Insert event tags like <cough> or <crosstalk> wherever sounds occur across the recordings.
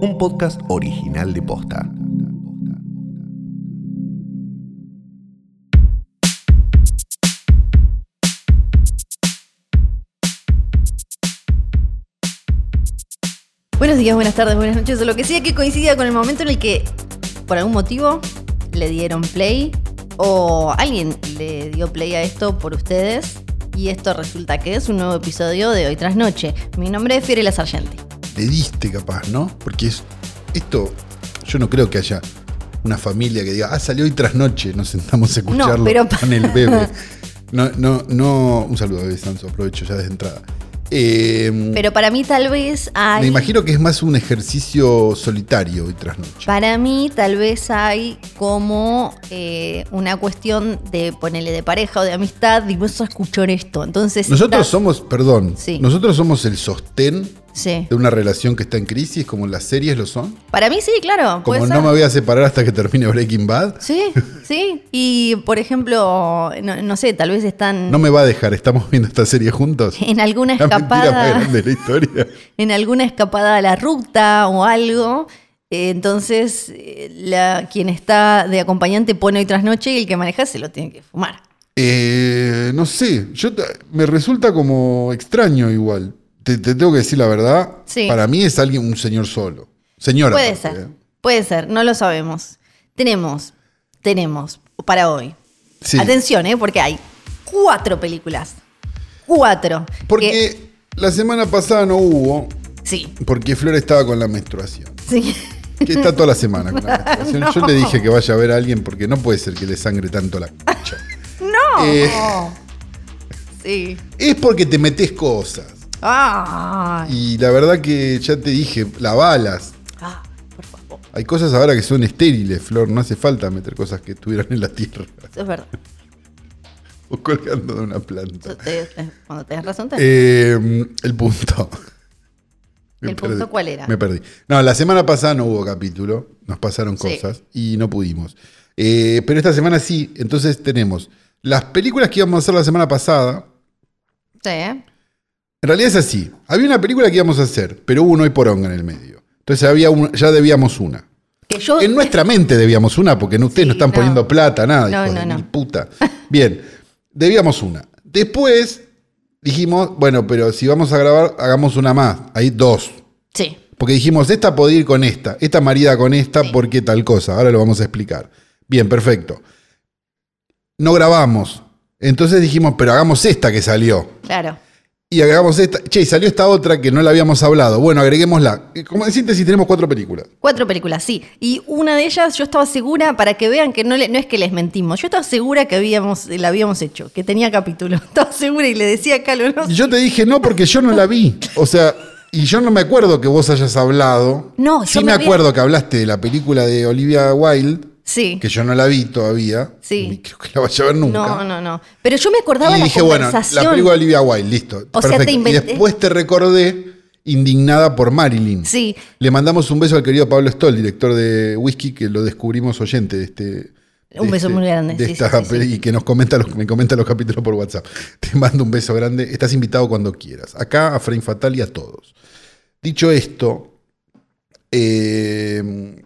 un podcast original de Posta. Buenos días, buenas tardes, buenas noches, o lo que sea que coincida con el momento en el que, por algún motivo, le dieron play o alguien le dio play a esto por ustedes. Y esto resulta que es un nuevo episodio de Hoy Tras Noche. Mi nombre es Fiorella Sargenti. le diste capaz, ¿no? Porque es esto, yo no creo que haya una familia que diga, ah, salió hoy tras noche, nos sentamos a escucharlo No, pero- con el <laughs> bebé. No, no, no, un saludo, bebé Sanso, aprovecho ya de entrada. Eh, Pero para mí tal vez hay... me imagino que es más un ejercicio solitario hoy tras noche. Para mí tal vez hay como eh, una cuestión de ponerle de pareja o de amistad y vos escuchar esto. Entonces... Nosotros está- somos, perdón, Sí. nosotros somos el sostén Sí. de una relación que está en crisis, como las series lo son. Para mí sí, claro. puede Como ser. no me voy a separar hasta que termine Breaking Bad, Sí, sí. Y por ejemplo, no, no sé, tal vez están no me va a dejar, estamos viendo esta serie juntos. en alguna La mentira más escapada, grande de la historia. en alguna escapada a la ruta o algo. Eh, Entonces, eh, la, quien está de acompañante pone hoy tras noche y el que maneja se lo tiene que fumar. Eh, no sé, yo ta- me resulta como extraño igual. Te, te tengo que decir la verdad. Sí. Para mí es alguien, un señor solo. Señora. Puede aparte, ser, ¿eh? puede ser, no lo sabemos. Tenemos, tenemos para hoy. Sí. Atención, eh, porque hay cuatro películas. Cuatro. Que- Porque la semana pasada no hubo, sí, porque Flor estaba con la menstruación. sí. Que está toda la semana con la <laughs> menstruación. Yo le dije que vaya a ver a alguien porque no puede ser que le sangre tanto la concha. ¡No! Eh. <laughs> Sí. Es porque te metes cosas. Ay. Y la verdad que ya te dije, la balas. Ah, por favor. Hay cosas ahora que son estériles, Flor. No hace falta meter cosas que estuvieran en la tierra <laughs> Eso es verdad. o colgando de una planta. Eso te- te- cuando tenés razón, tenés. Eh, el punto. <laughs> Me ¿El punto cuál era? Me perdí. No, la semana pasada no hubo capítulo. Nos pasaron Sí. cosas y no pudimos. Eh, pero esta semana sí. Entonces tenemos las películas que íbamos a hacer la semana pasada. Sí, ¿eh? En realidad es así. Había una película que íbamos a hacer, pero hubo un hoy poronga en el medio. Entonces había un- ya debíamos una. Que yo. En nuestra mente debíamos una, porque no- ustedes Sí, no están no. poniendo plata, nada, No, hijos no, de no. mil puta. Bien, debíamos una. Después dijimos, bueno, pero si vamos a grabar, hagamos una más. Hay dos. Sí. Porque dijimos, esta puede ir con esta, esta marida con esta, porque tal cosa. Ahora lo vamos a explicar. Bien, perfecto. No grabamos. Entonces dijimos, pero hagamos esta que salió. Claro. Y agregamos esta. Che, y salió esta otra que no la habíamos hablado. Bueno, agreguémosla. Eh, Como decirte si tenemos cuatro películas. Cuatro películas, sí. Y una de ellas yo estaba segura, para que vean que no, le- no es que les mentimos, yo estaba segura que habíamos, la habíamos hecho, que tenía capítulo. <laughs> Estaba segura y le decía a Calo, no, Y yo te dije no porque yo no la vi. O sea, y yo no me acuerdo que vos hayas hablado. No, yo sí me me vi- acuerdo que hablaste de la película de Olivia Wilde, Sí. que yo no la vi todavía. Sí. Ni creo que la vaya a ver nunca. No, no, no. Pero yo me acordaba y la dije, bueno, conversación. la película de Olivia Wilde, listo. O sea, te inventé. Y después te recordé indignada por Marilyn. Sí. Le mandamos un beso al querido Pablo Stoll, director de Whisky, que lo descubrimos oyente de este. de Un beso este- muy grande, de sí, esta sí, sí, peli- sí. Y que nos comenta los, me comenta los capítulos por WhatsApp. <laughs> Te mando un beso grande. Estás invitado cuando quieras. Acá, a Frame Fatal y a todos. Dicho esto, eh,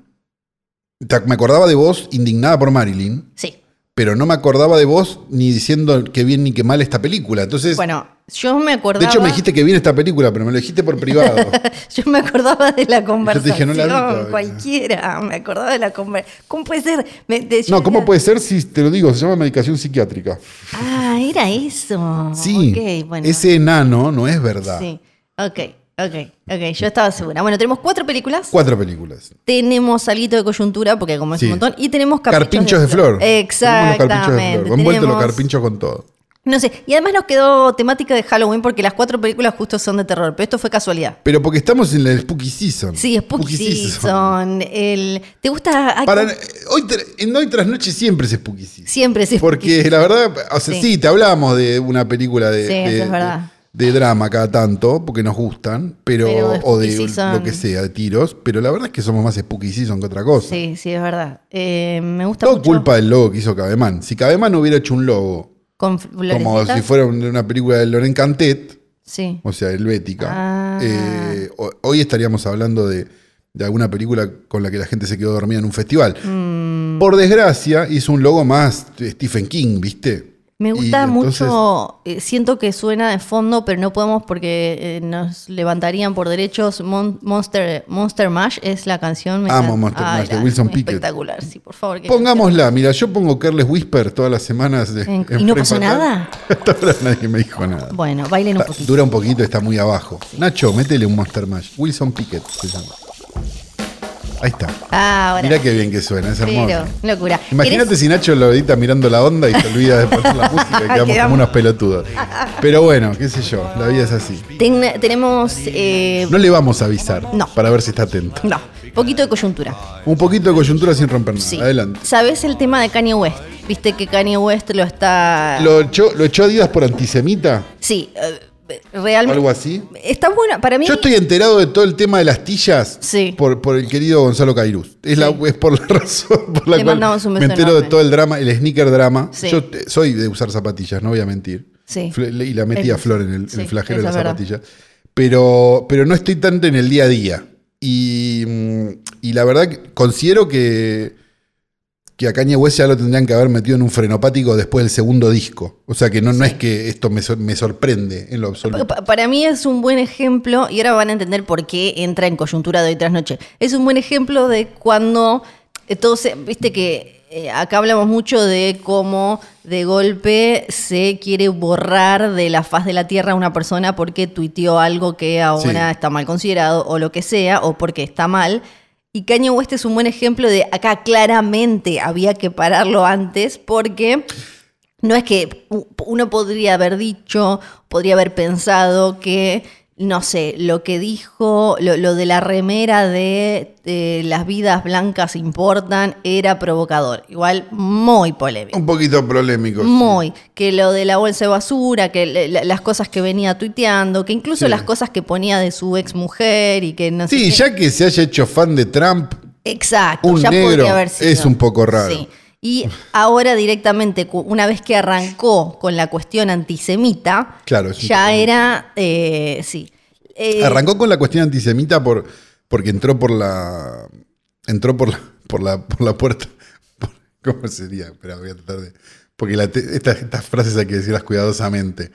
te- me acordaba de vos indignada por Marilyn Sí. pero no me acordaba de vos ni diciendo que bien ni que mal esta película. Entonces, Bueno, yo me de acordaba. hecho me dijiste que bien esta película, pero me lo dijiste por privado. <laughs> Yo me acordaba de <laughs> la te dije, conversación. no la vi todavía. cualquiera. Me acordaba de la conversación. ¿Cómo puede ser? Me- de- yo no, ¿cómo era- puede ser si te lo digo? Se llama medicación psiquiátrica. Ah, era eso. Sí, Ok, bueno. ese enano no es verdad. Sí. Ok, ok, ok. Yo estaba segura. Bueno, tenemos cuatro películas. Cuatro películas. tenemos algo de coyuntura, porque como es Sí. un montón. Y tenemos caprichos, Carpinchos de flor. Tenemos unos Exactamente. carpinchos de flor. Envuelto los Tenemos- carpinchos con todo. No sé. Y además nos quedó temática de Halloween, porque las cuatro películas justo son de terror. Pero esto fue casualidad. Pero porque estamos en la Spooky Season. Sí, Spooky Season. El... ¿Te gusta? Ay, Para, eh, ¿cómo? hoy, tra- en hoy tras noche siempre es Spooky Season. Siempre sí. Porque la verdad, o sea, Sí. sí, te hablamos de una película de, Sí, eso de- es verdad. de- de drama cada tanto, porque nos gustan, pero, Pero de o Spooky de Season. lo que sea, de tiros, pero la verdad es que somos más spooky season que otra cosa. Sí, sí, es verdad. Eh, me gusta Todo mucho culpa del logo que hizo Cabemán. Si Cabemán hubiera hecho un logo con como florecitas. si fuera un- una película de Loren Cantet, Sí. o sea, helvética, Ah. eh, ho- hoy estaríamos hablando de de alguna película con la que la gente se quedó dormida en un festival. Mm. Por desgracia, hizo un logo más Stephen King, ¿viste? Me gusta Y entonces- mucho, eh, siento que suena de fondo, pero no podemos porque eh, nos levantarían por derechos. Mon- Monster, Monster Mash es la canción. me encanta. Amo Ah, Monster Mash, de la- Wilson Pickett. Espectacular, sí, por favor. que- Pongámosla, mira, yo pongo Carles Whisper todas las semanas. de- En- en ¿Y no Frame pasó Fatal. nada? <laughs> Hasta ahora nadie me dijo nada. Bueno, bailen pues un Ta- poquito. Ah, Dura un poquito, está muy abajo. Nacho, métele un Monster Mash. Wilson Pickett se llama. Ahí está. Ah, ahora. Mira qué bien que suena, es hermoso. Pero, locura. Imagínate ¿Querés- Ah, si Nacho lo edita mirando la onda y se olvida de poner <laughs> la música y quedamos Quedamos. como unos pelotudos. Pero bueno, qué sé yo, la vida es así. ten- tenemos. eh, No le vamos a avisar No. para ver si está atento. no, poquito de coyuntura. Un poquito de coyuntura sin romper nada. Sí. Adelante. ¿Sabes el tema de Kanye West? Viste que Kanye West lo está. ¿Lo echó, ¿Lo echó Adidas por antisemita? Sí, eh, realmente. ¿Algo así? Está buena. Para mí. Yo estoy enterado de todo el tema de las tillas Sí. por, por el querido Gonzalo Cairuz. Es, la, Sí. es por la <laughs> razón por la Le cual mandamos un beso me entero enorme. de todo el drama, el sneaker drama. Sí. Yo eh, soy de usar zapatillas, no voy a mentir. Sí. Fle- le- Y la metía Es- flor en el, sí, el flagelo de esa la es verdad. zapatilla. Pero, pero no estoy tanto en el día a día. Y, mm, y la verdad, que considero que, que a Kanye West ya lo tendrían que haber metido en un frenopático después del segundo disco. O sea que no, no es que esto me, sor- me sorprende en lo absoluto. Pa- Para mí es un buen ejemplo, y ahora van a entender por qué entra en coyuntura de hoy tras noche. Es un buen ejemplo de cuando eh, todo se- viste que eh, acá hablamos mucho de cómo de golpe se quiere borrar de la faz de la tierra a una persona porque tuiteó algo que ahora Sí. está mal considerado, o lo que sea, o porque está mal. Y Kanye West es un buen ejemplo de acá claramente había que pararlo antes porque no es que u- uno podría haber dicho, podría haber pensado que, no sé, lo que dijo, lo, lo de la remera de eh, las vidas blancas importan era provocador. Igual muy polémico. Un poquito polémico. sí. Muy. Que lo de la bolsa de basura, que le- la- las cosas que venía tuiteando, que incluso Sí. las cosas que ponía de su ex mujer y que no sé. Sí, qué. ya que se haya hecho fan de Trump, Exacto, Un ya negro podría haber sido. es un poco raro. Y ahora directamente, cu- una vez que arrancó con la cuestión antisemita, Claro, es un poco- ya era, eh, sí. Eh, arrancó con la cuestión antisemita por, porque entró por la. entró por la, por la, por la puerta. ¿Cómo sería? Espera, voy a tratar de. Porque la te- esta- estas frases hay que decirlas cuidadosamente.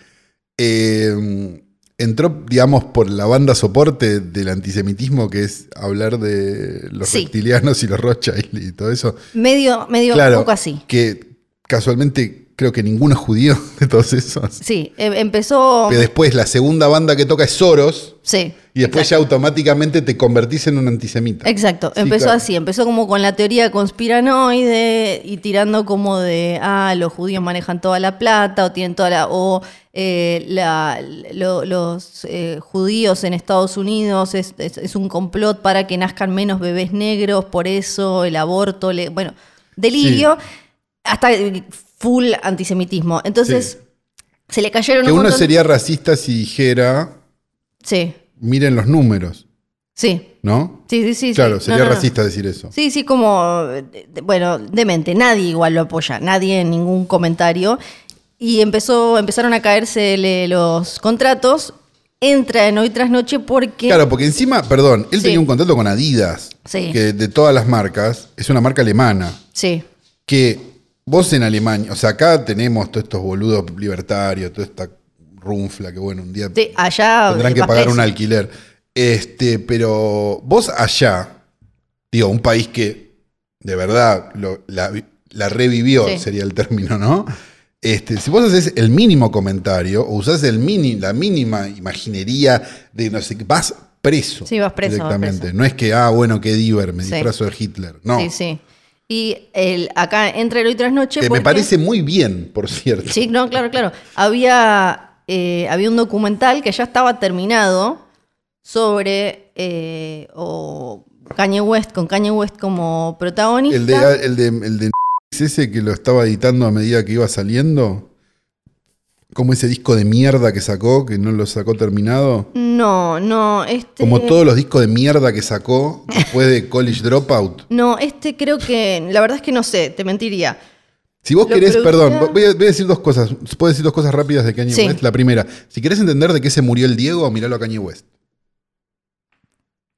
Eh, entró, digamos, por la banda soporte del antisemitismo, que es hablar de los Sí. reptilianos y los Rothschild y todo eso. medio, medio claro, un poco así. que casualmente creo que ninguno es judío de todos esos. Sí, em- empezó. Que después la segunda banda que toca es Soros. Sí. Y después ya automáticamente te convertís en un antisemita. Exacto, Sí, empezó claro. así, empezó como con la teoría conspiranoide y tirando como de, ah, los judíos manejan toda la plata o tienen toda la, o eh, la- lo- los eh, judíos en Estados Unidos es, es- es un complot para que nazcan menos bebés negros, por eso el aborto, le- bueno, delirio, hasta eh, full antisemitismo. Entonces, se le cayeron Que un uno montón- sería racista si dijera, Sí, miren los números, sí, ¿no? sí, sí, sí. claro, sí. sería No, no, no. racista decir eso. Sí, sí, como, eh, de- de- bueno, demente, nadie igual lo apoya, nadie en ningún comentario. Y empezó, empezaron a caerse los contratos, entra en hoy tras noche porque... Claro, porque encima, perdón, él Sí. tenía un contrato con Adidas, Sí. que de todas las marcas, es una marca alemana, Sí, que vos en Alemania, o sea, acá tenemos todos estos boludos libertarios, toda esta runfla que bueno, un día sí, allá... Tendrán eh, que más pagar un precio. alquiler. Este, pero vos allá, digo, un país que de verdad lo- la, la revivió, Sí. sería el término, ¿no? Este, si vos haces el mínimo comentario o usás el mini, la mínima imaginería de no sé qué, vas preso. Sí, vas preso, vas Directamente. preso. No es que, ah, bueno, qué diver, me Sí. disfrazo de Hitler. No. Sí, sí. Y el, acá entra el hoy tras noche Que porque... me parece muy bien, por cierto. Sí, no, claro, claro. Había, eh, había un documental que ya estaba terminado sobre eh, o Kanye West, con Kanye West como protagonista. El de, ah, el de, el de ese que lo estaba editando a medida que iba saliendo. Como ese disco de mierda que sacó, que no lo sacó terminado. No, no, este. Como todos los discos de mierda que sacó después de College Dropout. No, este creo que. La verdad es que no sé, te mentiría. Si vos Lo querés, producía- perdón, voy a, voy a decir dos cosas. Puedo decir dos cosas rápidas de Kanye Sí. West. La primera, si querés entender de qué se murió el Diego, miralo a Kanye West.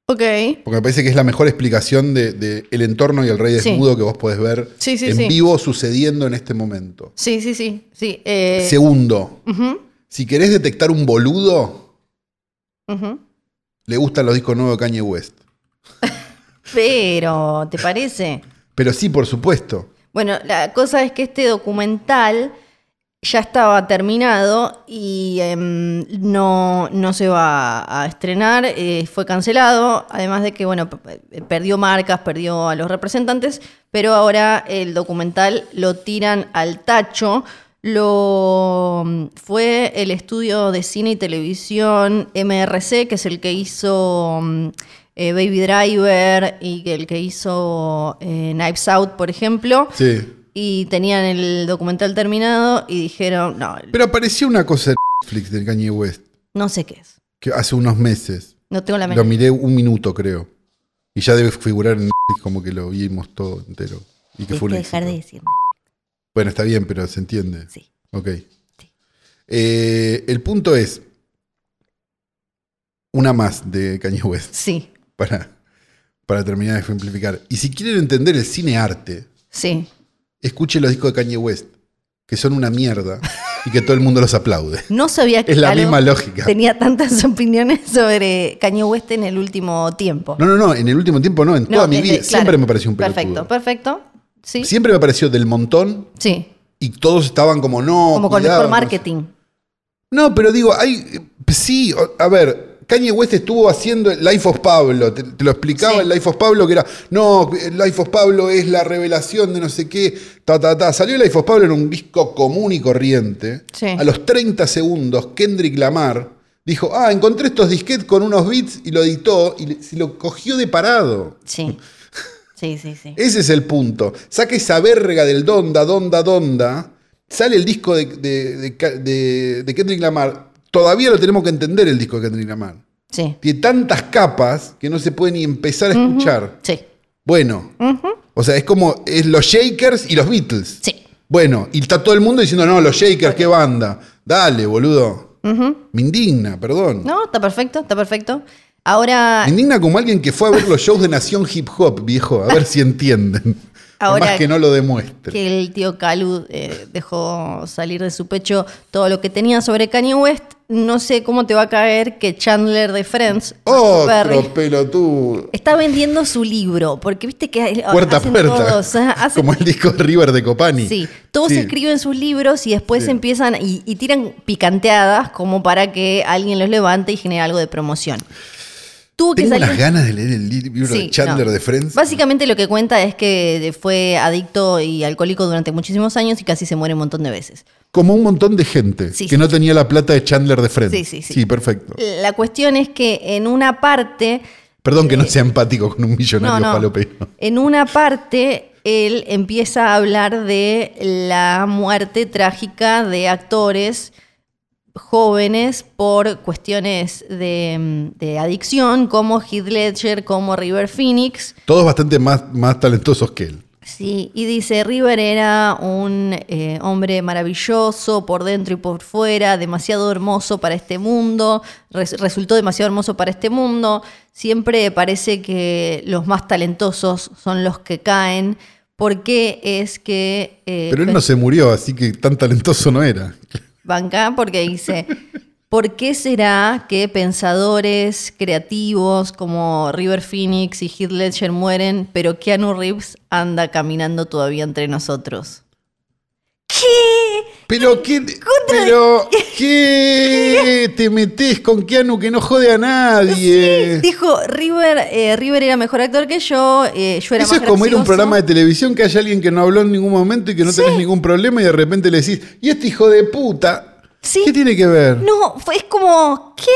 Ok. Porque me parece que es la mejor explicación de, de el entorno y el rey Sí. desnudo que vos podés ver Sí, sí, en sí. vivo sucediendo en este momento. Sí, sí, sí. sí. eh, Segundo, ujú, si querés detectar un boludo, ujú. le gustan los discos nuevos de Kanye West. Pero, ¿te parece? Pero sí, por supuesto. Bueno, la cosa es que este documental ya estaba terminado y em, no, no se va a estrenar, eh, fue cancelado, además de que, bueno, p- p- perdió marcas, perdió a los representantes, pero ahora el documental lo tiran al tacho. Lo mm, fue el estudio de cine y televisión MRC, que es el que hizo mm, eh, Baby Driver y el que hizo eh, Knives Out, por ejemplo. Sí. Y tenían el documental terminado y dijeron, no, Pero apareció una cosa en Netflix del Kanye West no sé qué es. que hace unos meses. No tengo la Lo menor. miré un minuto, creo. Y ya debe figurar en Netflix como que lo vimos todo entero. Y que Tienes fue un que dejar de éxito. decirme. Bueno, está bien, pero se entiende. Sí. Ok. Eh, el punto es. Una más de Kanye West <laughs> Sí, para, para terminar de ejemplificar. Y si quieren entender el cine arte, sí. escuchen los discos de Kanye West, que son una mierda y que todo el mundo los aplaude. No sabía que Es la Calo misma lógica. tenía tantas <laughs> opiniones sobre Caño West en el último tiempo. No, no, no, en el último tiempo no, en toda No, mi desde- vida. Siempre claro. me pareció un pelotudo. Perfecto, perfecto. Sí. Siempre me pareció del montón Sí. y todos estaban como no. Como con cuidado, mejor pues. no sé. marketing. No, pero digo, hay. Sí, o- a ver. Kanye West estuvo haciendo el Life of Pablo, te, te lo explicaba Sí. el Life of Pablo, que era, no, el Life of Pablo es la revelación de no sé qué, ta, ta, ta. Salió el Life of Pablo en un disco común y corriente. Sí. A los 30 segundos, Kendrick Lamar dijo, ah, encontré estos disquetes con unos beats y lo editó y le- se lo cogió de parado. <laughs> Sí. Sí, sí, sí. Ese es el punto. Saca esa verga del Donda, Donda, Donda. Sale el disco de, de- de Ca- de- de Kendrick Lamar. Todavía lo tenemos que entender el disco de Kendrick Lamar. Sí. Tiene tantas capas que no se puede ni empezar a escuchar. Sí. Bueno. O sea, es como es los Shakers y los Beatles. Sí. Bueno, y está todo el mundo diciendo, no, los Shakers, qué banda. Dale, boludo. Me indigna, perdón. No, está perfecto, está perfecto. Ahora, Me indigna como alguien que fue a ver los shows de Nación Hip Hop, viejo. A ver si entienden. <laughs> Ahora- Más que no lo demuestre. que el tío Calu eh, dejó salir de su pecho todo lo que tenía sobre Kanye West. No sé cómo te va a caer que Chandler de Friends, Matthew Perry, Otro pelotudo. está vendiendo su libro, porque viste que Puerta a hacen puerta. todos, <laughs> ah, hacen- Como el disco de River de Copani. sí, todos Sí. escriben sus libros y después Sí. empiezan y, y tiran picanteadas como para que alguien los levante y genere algo de promoción. Tuvo que Tengo salir unas ganas de leer el li- libro Sí, de Chandler no. de Friends. Básicamente lo que cuenta es que fue adicto y alcohólico durante muchísimos años y casi se muere un montón de veces. Como un montón de gente Sí, que sí. no tenía la plata de Chandler de Friends. Sí, sí, sí. perfecto. La cuestión es que en una parte, Perdón que no sea empático con un millonario no, no. falopero. en una parte él empieza a hablar de la muerte trágica de actores jóvenes por cuestiones de, de adicción, como Heath Ledger, como River Phoenix. Todos bastante más, más talentosos que él. Sí, y dice, River era un eh, hombre maravilloso por dentro y por fuera, demasiado hermoso para este mundo, res- resultó demasiado hermoso para este mundo, siempre parece que los más talentosos son los que caen, porque es que... eh, Pero él no se murió, así que tan talentoso no era. banca porque dice, ¿por qué será que pensadores creativos como River Phoenix y Heath Ledger mueren, pero Keanu Reeves anda caminando todavía entre nosotros? ¿Qué? Pero qué. Pero qué te metes con Keanu que no jode a nadie. Dijo, River, eh, River era mejor actor que yo, eh, yo era Eso es más como ir a un gracioso". programa de televisión que haya alguien que no habló en ningún momento y que no tenés ningún problema y de repente le decís, ¿y este hijo de puta? Sí. ¿Qué tiene que ver? No, fue, es como, ¿qué?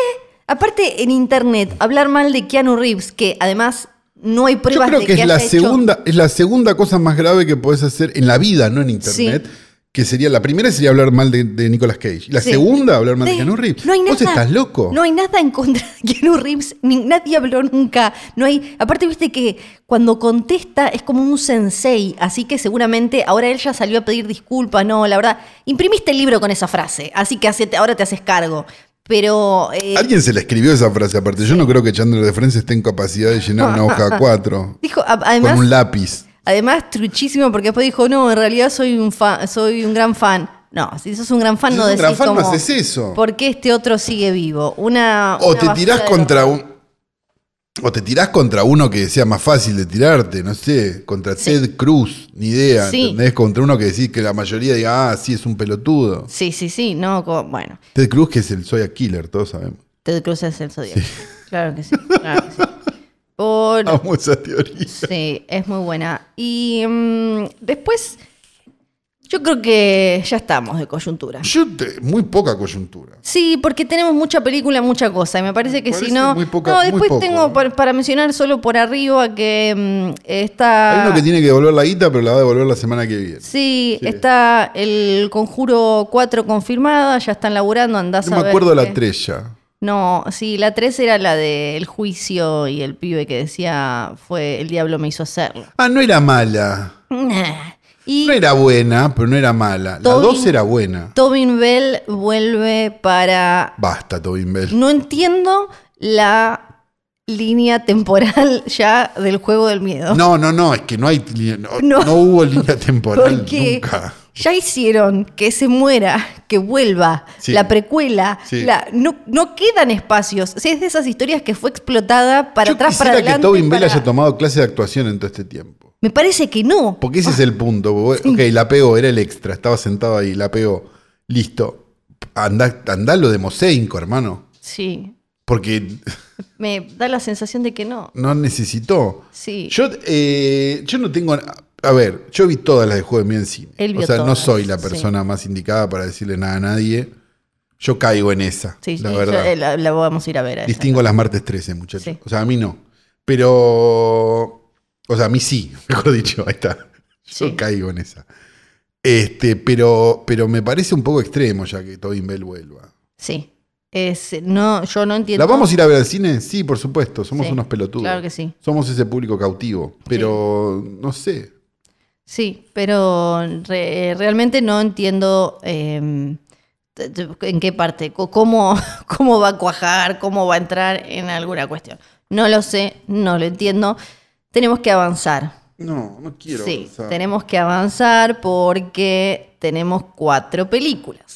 Aparte, en internet, hablar mal de Keanu Reeves, que además no hay Yo pruebas creo de que es haya la, hecho- segunda, es la segunda cosa más grave que podés hacer en la vida, no en internet. Sí. Que sería, la primera sería hablar mal de, de Nicolas Cage. Y la Sí. segunda, hablar mal de Sí. Keanu Reeves. No hay nada. Vos estás loco. No hay nada en contra de Keanu Reeves. ni- nadie habló nunca. No hay. Aparte, viste que cuando contesta es como un sensei. Así que seguramente ahora él ya salió a pedir disculpas. No, la verdad. Imprimiste el libro con esa frase. Así que hacete- ahora te haces cargo. Pero. eh, Alguien se le escribió esa frase aparte. Yo no creo que Chandler de Friends esté en capacidad de llenar <laughs> una hoja 4 dijo, a- con además. un lápiz. Además, truchísimo, porque después dijo, no, en realidad soy un fan, soy un gran fan. No, si sos un gran fan, Si no sos un decís gran fan, no como, haces eso. ¿Por qué este otro sigue vivo? Una, O una te basura tirás de contra los- un. O te tirás contra uno que sea más fácil de tirarte, no sé, contra Sí. Ted Cruz, ni idea, Sí. ¿entendés? Contra uno que decís que la mayoría diga, ah, sí, es un pelotudo. Sí, sí, sí, no, como- bueno. Ted Cruz que es el Soya Killer, todos sabemos. Ted Cruz es el zodiaco. Claro que sí, claro que sí. Por- Amo esa teoría. sí, es muy buena. Y mm, después, yo creo que ya estamos de coyuntura. Yo te- muy poca coyuntura. Sí, porque tenemos mucha película, mucha cosa. Y me parece que si Parece no. muy poca- no, muy después poco, tengo ¿no? par- para, mencionar solo por arriba que mm, Hay está. uno que tiene que devolver la guita, pero la va a devolver la semana que viene. Sí, Sí. está el Conjuro 4 confirmada, ya están laburando, andás No a me ver acuerdo de la qué. 3 ya. No, sí, la 3 era la del juicio y el pibe que decía fue el diablo me hizo hacerlo. Ah, no era mala. Y No era buena, pero no era mala. La Todo 2 bien. era buena. Tobin Bell vuelve para Basta, Tobin Bell. No entiendo la línea temporal <laughs> ya del juego del <laughs> miedo. No, no, no, es que no hay línea- no, <laughs> No. no hubo línea temporal Porque nunca. ya hicieron que se muera, que vuelva, Sí. la precuela, Sí. la- no, no quedan espacios. O sea, es de esas historias que fue explotada para Yo atrás, para quisiera que adelante. Tobin Bell para- haya tomado clase de actuación en todo este tiempo. Me parece que no. Porque ese es el <laughs> punto. vos- Ok, la pegó, era el extra, estaba sentado ahí, la pegó. Listo. Andá, andá lo de Moseinco, hermano. Sí, Porque <laughs> me da la sensación de que no. no necesitó. Sí. Yo, eh, yo no tengo. A ver, yo vi todas las de Juego de Miedo en cine. Él o vio sea, no todas, soy la sí. persona más indicada para decirle nada a nadie. Yo caigo en esa. Sí, la sí, verdad. yo- eh, la, la vamos a ir a ver. a esa. Distingo las martes 13, muchachos. Sí. O sea, a mí no. Pero. O sea, a mí sí, <laughs> mejor dicho, ahí está. Yo Sí. caigo en esa. Este, pero, pero me parece un poco extremo ya que Tobin Bell vuelva. Sí. Es- no, yo no entiendo. ¿La vamos a ir a ver al cine? Sí, por supuesto. Somos Sí, unos pelotudos. claro que sí. Somos ese público cautivo. Pero no sé. Sí, pero re- eh, realmente no entiendo eh, t- t- en qué parte, co- cómo, <laughs> cómo va a cuajar, cómo va a entrar en alguna cuestión. No lo sé, no lo entiendo. Tenemos que avanzar. No, no quiero. sí, o sea, tenemos que avanzar porque tenemos cuatro películas.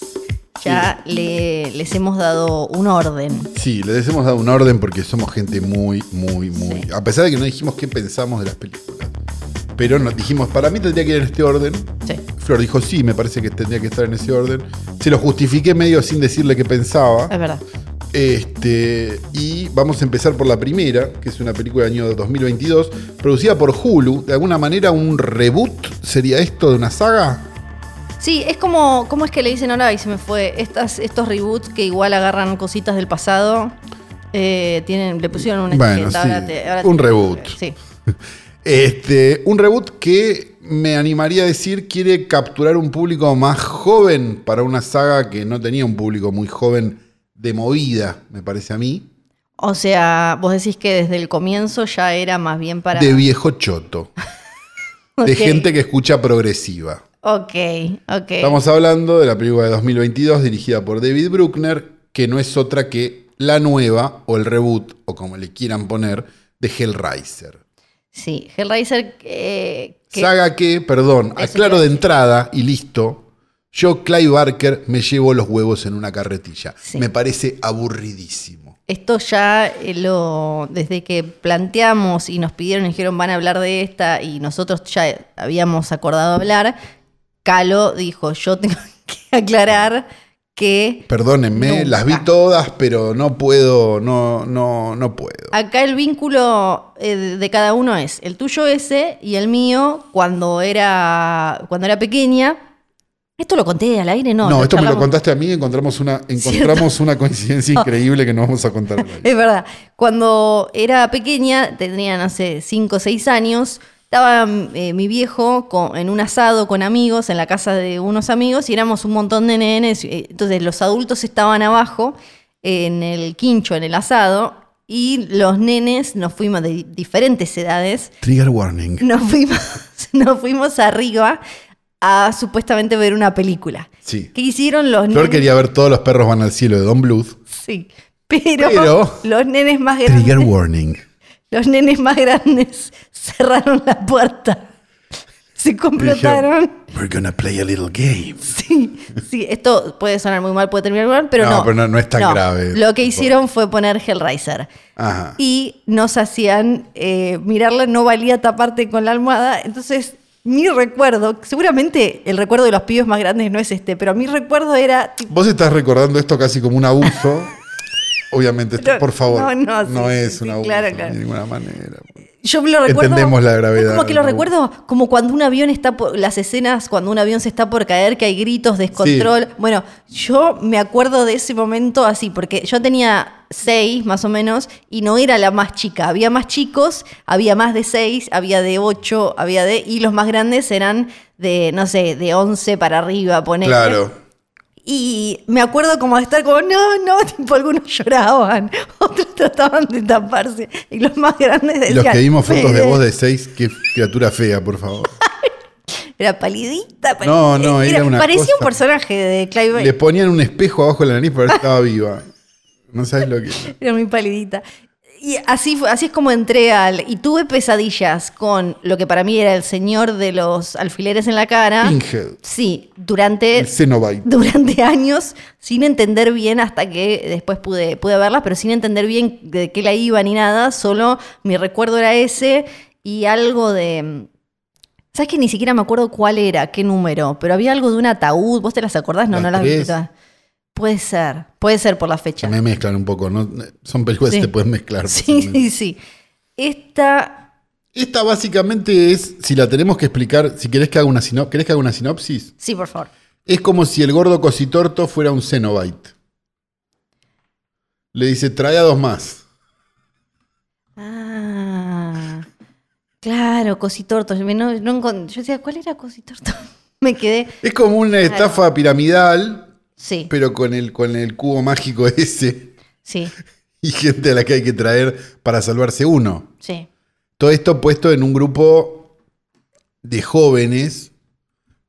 Ya le- les hemos dado un orden. Sí, les hemos dado un orden porque somos gente muy, muy, muy. Sí. A pesar de que no dijimos qué pensamos de las películas. Pero nos dijimos, para mí tendría que ir en este orden. Sí. Flor dijo, sí, me parece que tendría que estar en ese orden. Se lo justifiqué medio sin decirle qué pensaba. Es verdad. Este, y vamos a empezar por la primera, que es una película del año 2022, producida por Hulu. De alguna manera, un reboot sería esto de una saga. Sí, es como, ¿cómo es que le dicen ahora? Y se me fue. Estas, estos reboots que igual agarran cositas del pasado. eh, tienen, le pusieron una Bueno, etiqueta. sí, ahora te- ahora un te- reboot. Sí, Este, un reboot que me animaría a decir quiere capturar un público más joven para una saga que no tenía un público muy joven de movida, me parece a mí. O sea, vos decís que desde el comienzo ya era más bien para. De <laughs> viejo choto. De Ok, gente que escucha progresiva. Ok, ok. Estamos hablando de la película de 2022 dirigida por David Bruckner, que no es otra que la nueva o el reboot, o como le quieran poner, de Hellraiser. Sí, Hellraiser. eh, que- Saga que, perdón, Eso te aclaro iba a de decir. entrada y listo, yo, Clive Barker, me llevo los huevos en una carretilla. Sí. Me parece aburridísimo. Esto ya eh, lo. Desde que planteamos y nos pidieron, y dijeron van a hablar de esta y nosotros ya habíamos acordado hablar. Calo dijo: Yo tengo <laughs> que aclarar que Perdónenme, Nunca. las vi todas, pero no puedo, no, no, no puedo. acá el vínculo eh, de- de cada uno es el tuyo ese y el mío cuando era, cuando era pequeña. ¿Esto lo conté al aire? No, No, esto me lo charlamos. contaste a mí, <laughs> encontramos una, encontramos una coincidencia increíble que no vamos a contar. al aire. Es verdad. Cuando era pequeña, tenía, no sé, 5 o 6 años, estaba eh, mi viejo con- en un asado con amigos, en la casa de unos amigos, y éramos un montón de nenes. eh, Entonces los adultos estaban abajo, en el quincho, en el asado, y los nenes nos fuimos de di- diferentes edades. <laughs> Trigger warning. Nos fuimos, nos fuimos arriba a supuestamente ver una película. Sí. ¿Qué hicieron los Flor nenes? quería ver todos los perros van al cielo de Don Bluth. Sí. Pero, Pero- los nenes más grandes. Trigger warning. Los nenes más grandes <laughs> cerraron la puerta. <laughs> Se complotaron. We're gonna play a little game. <laughs> Sí, sí, esto puede sonar muy mal, puede terminar mal, pero no. No, pero no- no es tan grave. Ah. Lo que hicieron fue poner Hellraiser. Ajá. Y nos hacían eh, mirarla, no valía taparte con la almohada. Entonces, mi recuerdo, seguramente el recuerdo de los pibes más grandes no es este, pero mi recuerdo era tipo, Vos estás recordando esto casi como <laughs> un abuso. Obviamente, esto- No, por favor, no, no, no, sí, sí, es sí, un abuso claro, claro. de ninguna manera. Yo lo recuerdo. Entendemos la yo gravedad Como que lo del recuerdo como cuando un avión está por. Las escenas cuando un avión se está por caer, que hay gritos, descontrol. Bueno, yo me acuerdo de ese momento así, porque yo tenía seis más o menos y no era la más chica. Había más chicos, había más de seis, había de ocho, había de. Y los más grandes eran de, no sé, de once para arriba, poner. Claro. Y me acuerdo como de estar como, no, no, <laughs> tipo algunos lloraban, <laughs> otros trataban de taparse. Y los más grandes Y decían. los que vimos fotos de "Fede". vos de seis, qué criatura fea, <laughs> por favor. "Eh, Era palidita, palidita. No, no, era una Parecía un cosa. personaje de Clive Owen. Le ponían un espejo abajo de la nariz para ver si estaba viva. No sabes lo que. Era muy palidita. Y así, fue- así es como entré al. Y tuve pesadillas con lo que para mí era el señor de los alfileres en la cara. Pinhead. Eh. Sí, durante. El Cenobite. durante <laughs> años sin entender bien hasta que después pude, pude verlas, pero sin entender bien de qué la iba ni nada, solo mi recuerdo era ese y algo de... mm, ¿Sabes que ni siquiera me acuerdo cuál era, qué número? Pero había algo de un ataúd, ¿vos te las acordás? No, Las no las tres. vi todas. Puede ser, puede ser por la fecha. <laughs> Me mezclan un poco, ¿no? Son películas Sí. que te pueden mezclar. Sí, fácilmente. sí, sí. Esta... Esta básicamente es, si la tenemos que explicar, si querés que haga una, sino- ¿querés que haga una sinopsis, Sí, por favor. es como si el gordo cositorto fuera un Cenobite. Le dice, trae a dos más. Ah, claro, Cositorto. Yo, me- no- no encon- yo decía, ¿cuál era Cositorto? <laughs> me quedé... Es como una estafa piramidal, Sí, pero con el, con el cubo mágico <laughs> ese sí. y gente a la que hay que traer para salvarse uno. Sí. Todo esto puesto en un grupo de jóvenes,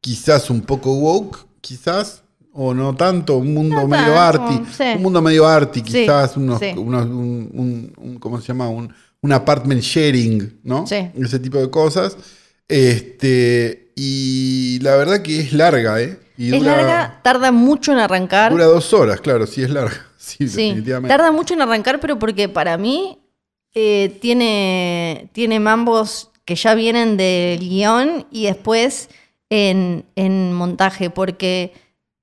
quizás un poco woke, quizás, o no tanto, un mundo No medio tanto, arty, sí. un mundo medio arty, Sí, quizás unos, sí. unos- un, un- un- ¿cómo se llama? Un, un apartment sharing, ¿no? Sí. Ese tipo de cosas. Este, y la verdad que es larga, ¿eh? Y es larga, tarda mucho en arrancar. Dura dos horas, claro, sí es larga. <laughs> Sí, sí. definitivamente. Tarda mucho en arrancar, pero porque para mí eh, tiene, tiene mambos que ya vienen del guión y después en, en montaje, porque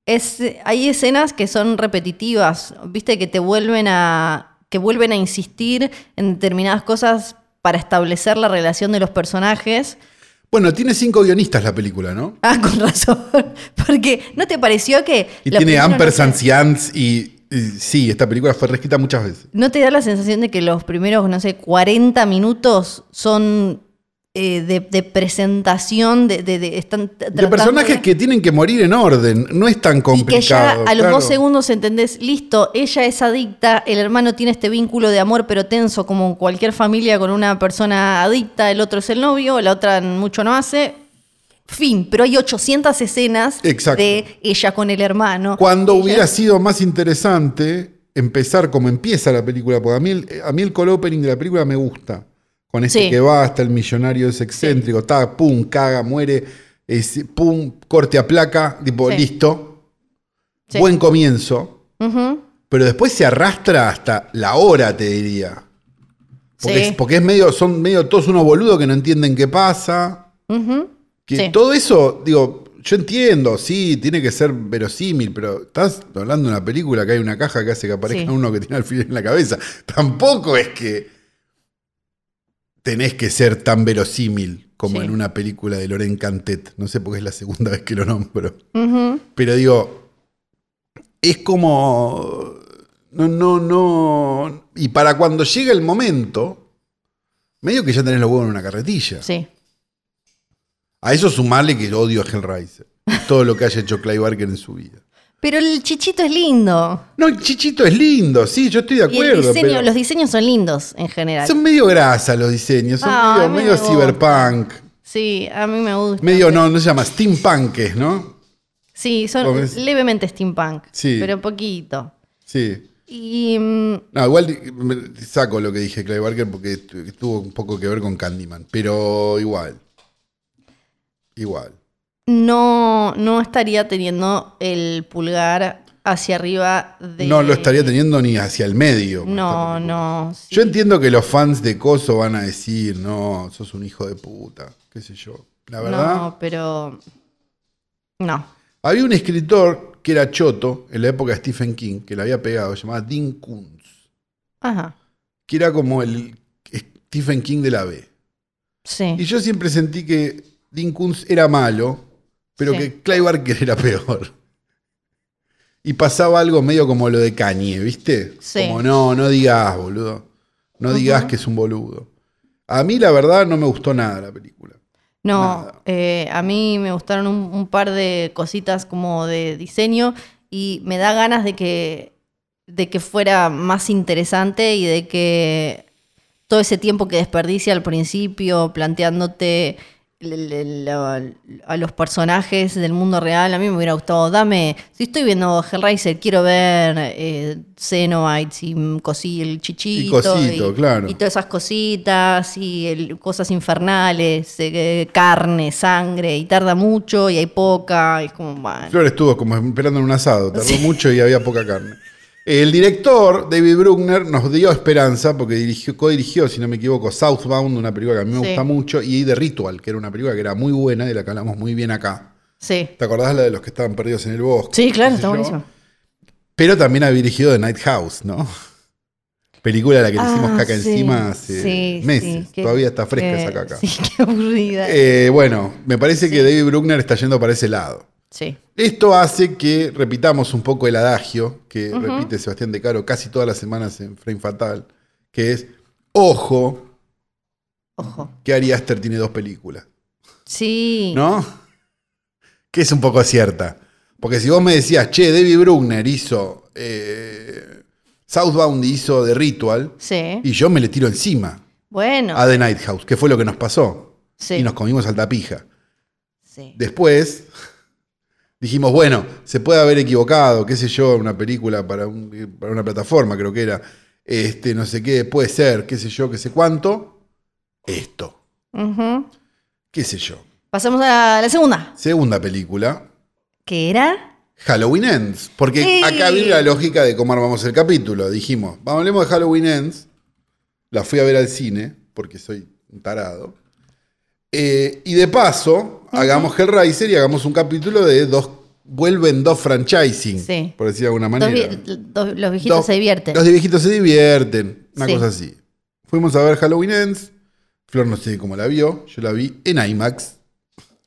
es, hay escenas que son repetitivas, viste, que te vuelven a. que vuelven a insistir en determinadas cosas para establecer la relación de los personajes. <laughs> Bueno, tiene cinco guionistas la película, ¿no? Ah, con razón. <laughs> Porque ¿no te pareció que. Y lo tiene primero no sé- ampersands y ants y, y sí, esta película fue reescrita muchas veces. ¿No te da la sensación de que los primeros, no sé, 40 minutos son eh, de, de presentación, de, de- de- están t- De tratando personajes de- que tienen que morir en orden, no es tan Y que ya complicado. a los claro. dos segundos entendés, listo, ella es adicta, el hermano tiene este vínculo de amor pero tenso como en cualquier familia con una persona adicta, el otro es el novio, la otra mucho no hace, fin, pero hay 800 escenas Exacto. de ella con el hermano. Cuando hubiera sido más interesante empezar como empieza la película, porque a mí, el- a mí el call opening de la película me gusta. Con ese Sí. que va hasta el millonario es excéntrico, ta, pum, caga, muere, es, pum, corte a placa, tipo, Sí. listo. Sí. Buen comienzo. Ujú. Pero después se arrastra hasta la hora, te diría. Porque, Sí. es, porque es medio, son medio todos unos boludos que no entienden qué pasa. Ujú. Que Sí. todo eso, digo, yo entiendo, sí, tiene que ser verosímil, pero estás hablando de una película que hay una caja que hace que aparezca Sí. uno que tiene alfiler en la cabeza. Tampoco es que tenés que ser tan verosímil como Sí. en una película de Loren Cantet. No sé por qué es la segunda vez que lo nombro. Ujú. Pero digo, es como. No, no, no. Y para cuando llega el momento, medio que ya tenés los huevos en una carretilla. Sí. A eso sumarle que odio a Hellraiser. y Todo lo que haya hecho Clive Barker en su vida. Pero el chichito es lindo. No, el Chichito es lindo, sí, yo estoy de Y el acuerdo. diseño- pero los diseños son lindos en general. Son medio grasa los diseños, son Ah, a medio, mí me medio gusta. cyberpunk. Sí, a mí me gusta. Medio, no, no se llama steampunks, ¿no? Sí, son ¿Cómo es? levemente steampunk, Sí. pero poquito. Sí. Y mm, No, igual me- saco lo que dije Clive Barker porque tu- tuvo un poco que ver con Candyman, pero igual. Igual. no, no estaría teniendo el pulgar hacia arriba de... No lo estaría teniendo ni hacia el medio. No, no. sí. Yo entiendo que los fans de Coso van a decir, no, sos un hijo de puta, qué sé yo. La verdad, No, pero... No. había un escritor que era choto en la época de Stephen King, que le había pegado, llamaba Dean Kuntz, Ajá. que era como el Stephen King de la B. Sí. Y yo siempre sentí que Dean Kuntz era malo, pero Sí. que Clive Barker era peor. Y pasaba algo medio como lo de Kanye, ¿viste? Sí. Como no, no digas, boludo. No digas que es un boludo. A mí, la verdad, no me gustó nada la película. No, Nada. eh, a mí me gustaron un, un par de cositas como de diseño y me da ganas de que, de que fuera más interesante y de que todo ese tiempo que desperdicia al principio planteándote le- le- la- a los personajes del mundo real, a mí me hubiera gustado, dame, si estoy viendo Hellraiser, quiero ver eh, Cenobites y mm, cosil, chichito. cosito, claro. y todas esas cositas y el- cosas infernales, eh, carne, sangre, y tarda mucho y hay poca, y es como, bueno. Flor estuvo como esperando en un asado, tardó mucho y había poca carne. El director, David Bruckner, nos dio esperanza porque dirigió, co-dirigió, si no me equivoco, Southbound, una película que a mí me Sí. gusta mucho, y The Ritual, que era una película que era muy buena, de la que hablamos muy bien acá. Sí, ¿Te acordás la de los que estaban perdidos en el bosque? sí, qué claro, sé está yo? buenísimo. Pero también ha dirigido The Night House, ¿no? <laughs> Película a la que le hicimos Ah, caca sí, encima hace sí, meses. sí, qué- Todavía está fresca qué- esa caca. <laughs> Sí, qué aburrida. Eh, bueno, me parece que David Bruckner está yendo para ese lado. sí. Esto hace que repitamos un poco el adagio que repite Sebastián De Caro casi todas las semanas en Frame Fatal, que es, ojo, Ojo. que Ari Aster tiene dos películas, Sí. ¿no? Que es un poco cierta. Porque si vos me decías, che, David Bruckner hizo eh, Southbound y hizo The Ritual, Sí. y yo me le tiro encima bueno. a The Night House, que fue lo que nos pasó. sí. Y nos comimos alta pija. sí. Después dijimos, bueno, se puede haber equivocado, qué sé yo, una película para, un- para una plataforma, creo que era. Este, no sé qué, puede ser, qué sé yo, qué sé cuánto. Esto, Ujú. qué sé yo. Pasamos a la segunda. Segunda película, ¿Qué era? Halloween Ends. Porque Sí. acá viene la lógica de cómo armamos el capítulo. Dijimos, vamos, hablemos de Halloween Ends. La fui a ver al cine, porque soy un tarado. Eh, y de paso, hagamos Hellraiser y hagamos un capítulo de dos. Vuelven dos franchising, Sí. por decir de alguna Dos manera. vi- dos- los viejitos Dos- se divierten. Los de viejitos se divierten, una Sí. cosa así. Fuimos a ver Halloween Ends. Flor no sé cómo la vio, yo la vi en IMAX.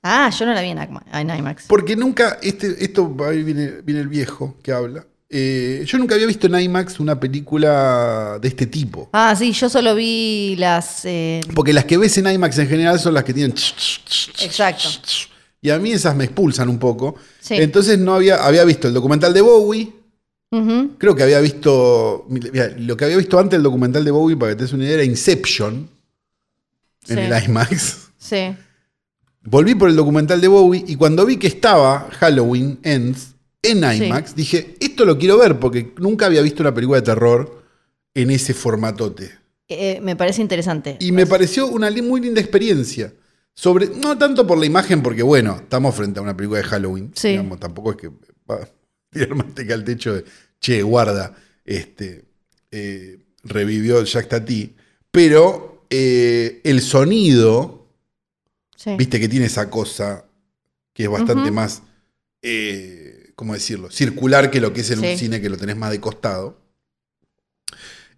Ah, yo no la vi en Acma- en IMAX. Porque nunca, este, esto ahí viene, viene el viejo que habla. Eh, yo nunca había visto en IMAX una película de este tipo. Ah, sí, yo solo vi las. eh, Porque las que ves en IMAX en general son las que tienen. ch, ch, ch, ch, Exacto. ch, ch. Y a mí esas me expulsan un poco. Sí. Entonces no había, había visto el documental de Bowie. ujú. Creo que había visto. mirá, lo que había visto antes del documental de Bowie, para que te des una idea, era Inception en Sí. el IMAX. Sí. Eh, Volví por el documental de Bowie y cuando vi que estaba Halloween Ends en IMAX, dije, esto lo quiero ver porque nunca había visto una película de terror en ese formatote. Eh, me parece interesante. Pues, Y me pareció una li- muy linda experiencia. Sobre, no tanto por la imagen, porque bueno, estamos frente a una película de Halloween. Sí. Digamos, tampoco es que va a tirar manteca al techo de, che, guarda, este, eh, revivió Jack Tati. Pero eh, el sonido Sí. Viste que tiene esa cosa que es bastante Ujú. más, eh, ¿cómo decirlo? Circular que lo que es en un Sí. cine, que lo tenés más de costado.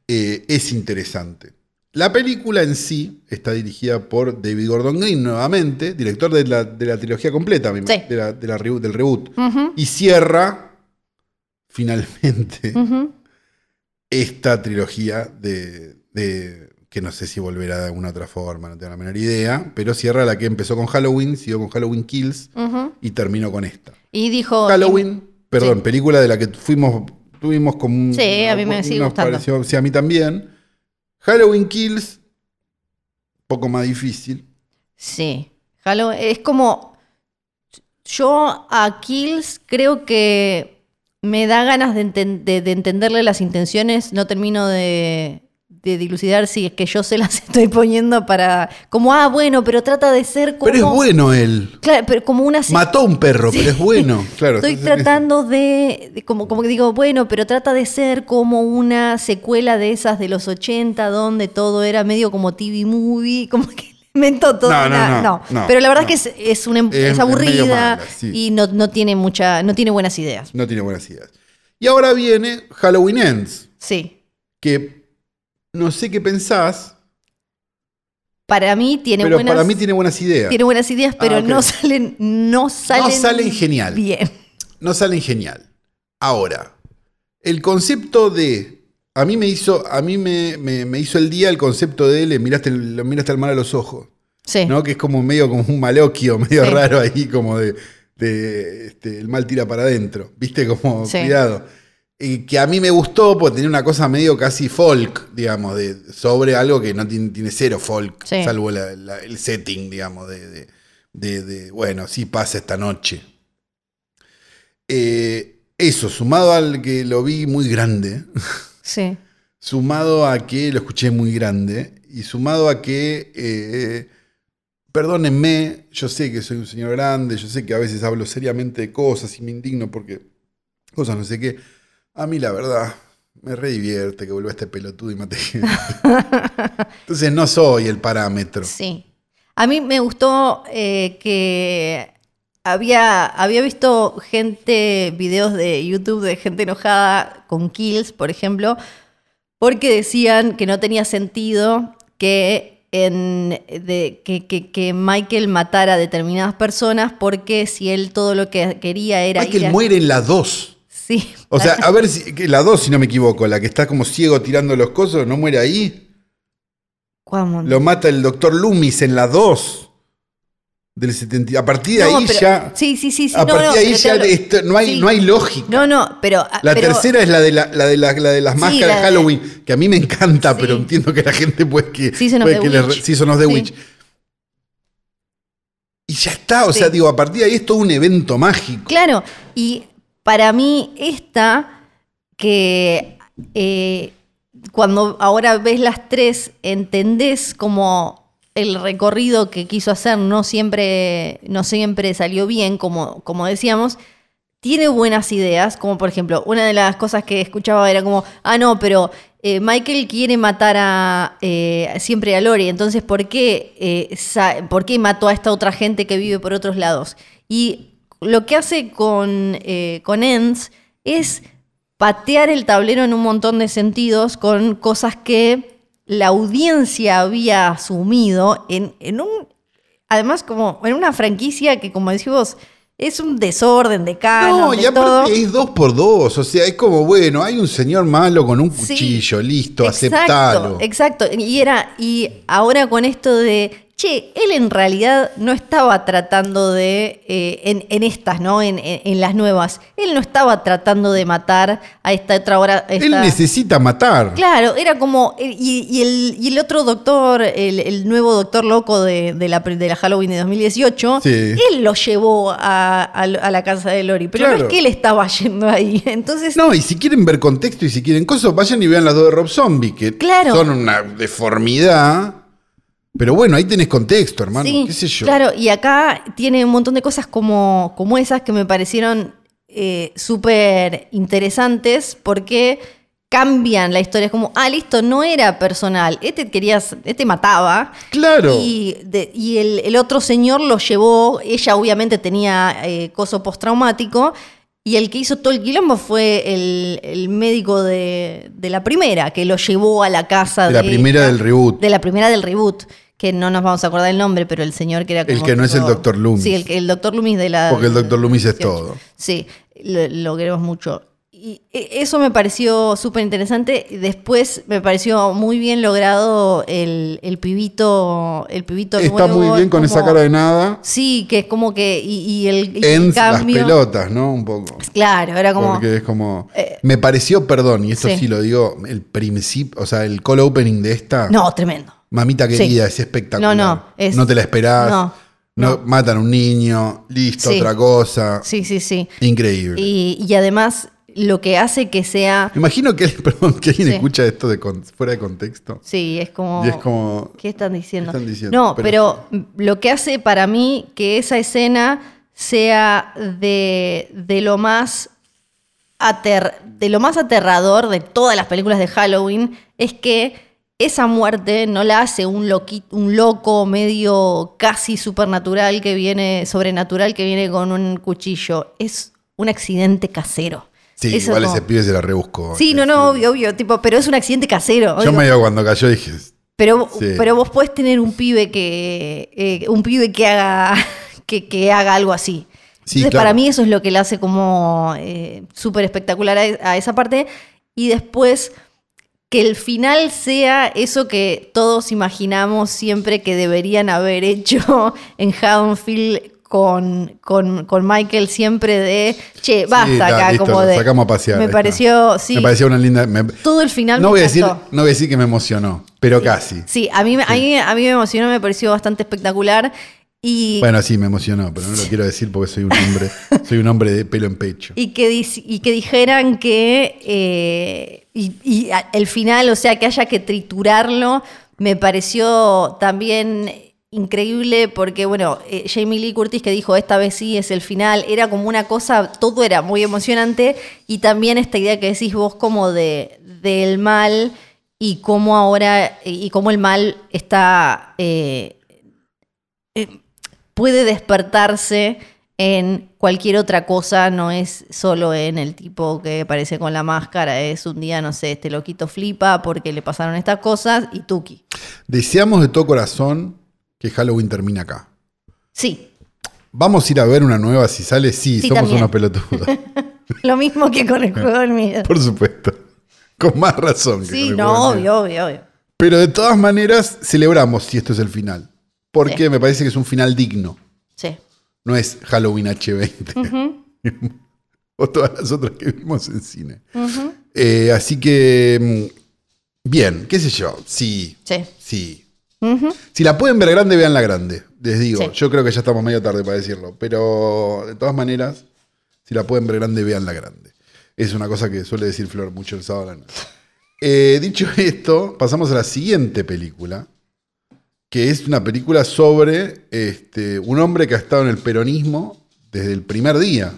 Eh, es interesante. La película en sí está dirigida por David Gordon Green, nuevamente, director de la, de la trilogía completa, me imag- Sí. de la- de la reboot- del reboot. Ujú, Y cierra, <laughs> finalmente, ujú. esta trilogía de, de- que no sé si volverá de alguna otra forma, no tengo la menor idea, pero cierra la que empezó con Halloween, siguió con Halloween Kills Ujú. y terminó con esta. Y dijo. Halloween, perdón, Oh, Sí. película de la que fuimos tuvimos como un- Sí, a mí me una- sigue nos gustando. pareció- sí, a mí también. Halloween Kills poco más difícil. Sí. Halo, es como. Yo a Kills creo que me da ganas de, enten- de- de entenderle las intenciones. No termino de, de dilucidar si es que yo se las <laughs> estoy poniendo para. Como, ah, bueno, pero trata de ser como. Pero es bueno él. Claro, pero como una. Mató a un perro, pero <laughs> es bueno. Claro, Estoy entonces- tratando de, de como, como que digo, bueno, pero trata de ser como una secuela de esas de los 80, donde todo era medio como TV movie, <laughs> como que inventó todo. No, no, una- no, no, pero la verdad no. es que es, es una, em, es Es- es medio aburrida mala, sí. y no, no tiene mucha, no tiene buenas ideas. No tiene buenas ideas. Y ahora viene Halloween Ends, Sí. que no sé qué pensás, Para mí tiene pero buenas, para mí tiene buenas ideas. Ah, tiene buenas ideas, pero ok. no <laughs> salen, no salen, salen genial. Bien. No salen genial. Ahora, el concepto de. A mí me hizo, a mí me, me- me hizo el día el concepto de le miraste, el- lo miraste al mar a los ojos. Sí. ¿no? Que es como medio como un maloquio, <laughs> medio Sí. raro ahí, como de, de, este, el mal tira para adentro, ¿viste? Como, Sí. cuidado. Y que a mí me gustó porque tenía una cosa medio casi folk, digamos, de, sobre algo que no tiene, tiene cero folk, Sí. salvo la- la- el setting, digamos, de, de, de- de, bueno, sí pasa esta noche. Eh, eso, sumado al que lo vi muy grande, Sí. sumado a que lo escuché muy grande y sumado a que, eh, perdónenme, yo sé que soy un señor grande, yo sé que a veces hablo seriamente de cosas y me indigno porque cosas no sé qué, a mí la verdad me re divierte que vuelva este pelotudo y mate gente. Entonces no soy el parámetro. Sí. A mí me gustó eh, que había, había visto gente, videos de YouTube de gente enojada con Kills, por ejemplo, porque decían que no tenía sentido que, en, de- que, que- que Michael matara a determinadas personas porque si él todo lo que quería era ir Michael a- muere en las dos. Sí. O sea, a ver, si, que la dos, si no me equivoco, la que está como ciego tirando los cosos, no muere ahí. ¿Cómo? Lo mata el doctor Loomis en la 2 del 70. A partir de No, ahí pero- ya. Sí, sí, sí. sí, a no, partir no, de ahí pero te ya hablo- esto- no, hay, Sí. no hay lógica. No, no, pero. la pero- tercera es la de, la, la de, la- la de las Sí, máscaras la de- Halloween, que a mí me encanta, Sí. pero entiendo que la gente puede que. Season of puede the que le re- Witch. Season of the Sí. Witch. Y ya está, o Sí. sea, digo, a partir de ahí es todo un evento mágico. Claro, y para mí esta, que eh, cuando ahora ves las tres, entendés como el recorrido que quiso hacer no siempre, no siempre salió bien, como, como decíamos. Tiene buenas ideas, como por ejemplo, una de las cosas que escuchaba era como, ah, no, pero eh, Michael quiere matar a eh, siempre a Lori, entonces ¿por qué, eh, sa- ¿por qué mató a esta otra gente que vive por otros lados? Y lo que hace con, eh, con Ends es patear el tablero en un montón de sentidos con cosas que la audiencia había asumido en, en un. Además, como en una franquicia que, como decís vos, es un desorden de canon, No, de y todo. aparte es dos por dos. O sea, es como, bueno, hay un señor malo con un cuchillo, listo, aceptalo. Exacto, exacto. Y era, y ahora con esto de, che, él en realidad no estaba tratando de, eh, en, en estas, ¿no? En, en- en las nuevas, él no estaba tratando de matar a esta otra hora. a Él esta- necesita matar. Claro, era como. eh, Y, y el, y el otro doctor, el, el nuevo doctor loco de, de la, pre- de la Halloween de 2018, Sí. él lo llevó a, a lo- a la casa de Lori. Pero no Claro. es que él estaba yendo ahí. Entonces, No, y si quieren ver contexto y si quieren cosas, vayan y vean las dos de Rob Zombie, que Claro. son una deformidad. Pero bueno, ahí tenés contexto, hermano. sí, ¿Qué sé yo? claro. Y acá tiene un montón de cosas como, como esas que me parecieron eh, súper interesantes porque cambian la historia. Es como, ah, listo, no era personal. Este querías, este mataba. Claro. Y, de- y el, el otro señor lo llevó, ella obviamente tenía eh, coso postraumático, y el que hizo todo el quilombo fue el, el médico de, de la primera, que lo llevó a la casa De la primera del reboot. de la primera del reboot, que no nos vamos a acordar el nombre, pero el señor que era como El que no es el Dr. Loomis. Sí, el, que- el doctor Loomis de la... Porque el Dr. Loomis es 18. todo. Sí, lo, lo queremos mucho. Y e- eso me pareció súper interesante. Y Después me pareció muy bien logrado el, el pibito, el pibito Está nuevo, muy bien con esa como- cara de nada. Sí, que es como que... Y, y el, y el En las cambio... pelotas, ¿no? Un poco. Claro, era como... Porque es como. Eh, me pareció, perdón, y esto sí. sí, lo digo, el principio, o sea, el call opening de esta. No, tremendo. Mamita querida, Sí. es No, espectacular. no, es- te la esperás. No. No, No, matan a un niño, listo, Sí. otra cosa. Sí, sí, sí. Increíble. Y, y además, lo que hace que sea. Me Imagino que, <laughs> perdón, que alguien Sí. escucha esto de con- fuera de contexto. Sí, es como. Y es como. ¿Qué están diciendo? ¿Qué están diciendo? No, Pero- pero, lo que hace para mí que esa escena sea de, de lo más ater- de lo más aterrador de todas las películas de Halloween es que esa muerte no la hace un, loqui- un loco medio casi supernatural que viene, sobrenatural que viene con un cuchillo. Es un accidente casero. Sí, Eso igual como- ese pibe se la rebuscó. Sí, no, no, obvio, obvio, tipo, pero es un accidente casero. Yo Oigo, medio cuando cayó dije. pero, Sí. pero vos podés tener un pibe que. eh, un pibe que haga. <laughs> que, que haga algo así. Sí, Entonces, claro. para mí eso es lo que le hace como eh, súper espectacular a, a esa parte. Y después que el final sea eso que todos imaginamos siempre que deberían haber hecho <laughs> en Haddonfield con, con, con Michael siempre de, che, basta "Sí, acá, ta, listo, como lo de... sacamos a pasear. Me ahí pareció, está". sí, Me pareció una linda. me- todo el final no, me voy a decir, encantó. no voy a decir que me emocionó, pero casi. Sí, a mí, me- A, mí, a mí me emocionó, me pareció bastante espectacular. Y, Bueno, sí, me emocionó, pero no lo quiero decir porque <laughs> soy un hombre, soy un hombre de pelo en pecho. y, que, dis- y que dijeran que. eh, y, y a- el final, o sea, que haya que triturarlo, me pareció también increíble porque, bueno, eh, Jamie Lee Curtis que dijo esta vez sí es el final, era como una cosa, todo era muy emocionante. Y también esta idea que decís vos, como de del mal y cómo ahora. y cómo el mal está. eh, puede despertarse en cualquier otra cosa, no es solo en el tipo que aparece con la máscara, es un día, no sé, este loquito flipa porque le pasaron estas cosas y Tuki. Deseamos de todo corazón que Halloween termine acá. Sí, <laughs> Vamos a ir a ver una nueva si sale. Sí, Sí, somos también. unos pelotudos. <laughs> lo mismo que con el juego del miedo. Por supuesto. Con más razón. que Sí, con el no, juego del miedo. obvio, obvio, obvio. Pero de todas maneras, celebramos si esto es el final. Porque me parece que es un final digno. Sí. No es Halloween H20. <laughs> o todas las otras que vimos en cine. Eh, así que, mm, bien, qué sé yo. Sí, Sí. sí. Si la pueden ver grande, vean la grande. Les digo, Sí. yo creo que ya estamos medio tarde para decirlo. Pero de todas maneras, si la pueden ver grande, vean la grande. Es una cosa que suele decir Flor mucho el sábado a la noche. Eh, dicho esto, pasamos a la siguiente película, que es una película sobre este, un hombre que ha estado en el peronismo desde el primer día.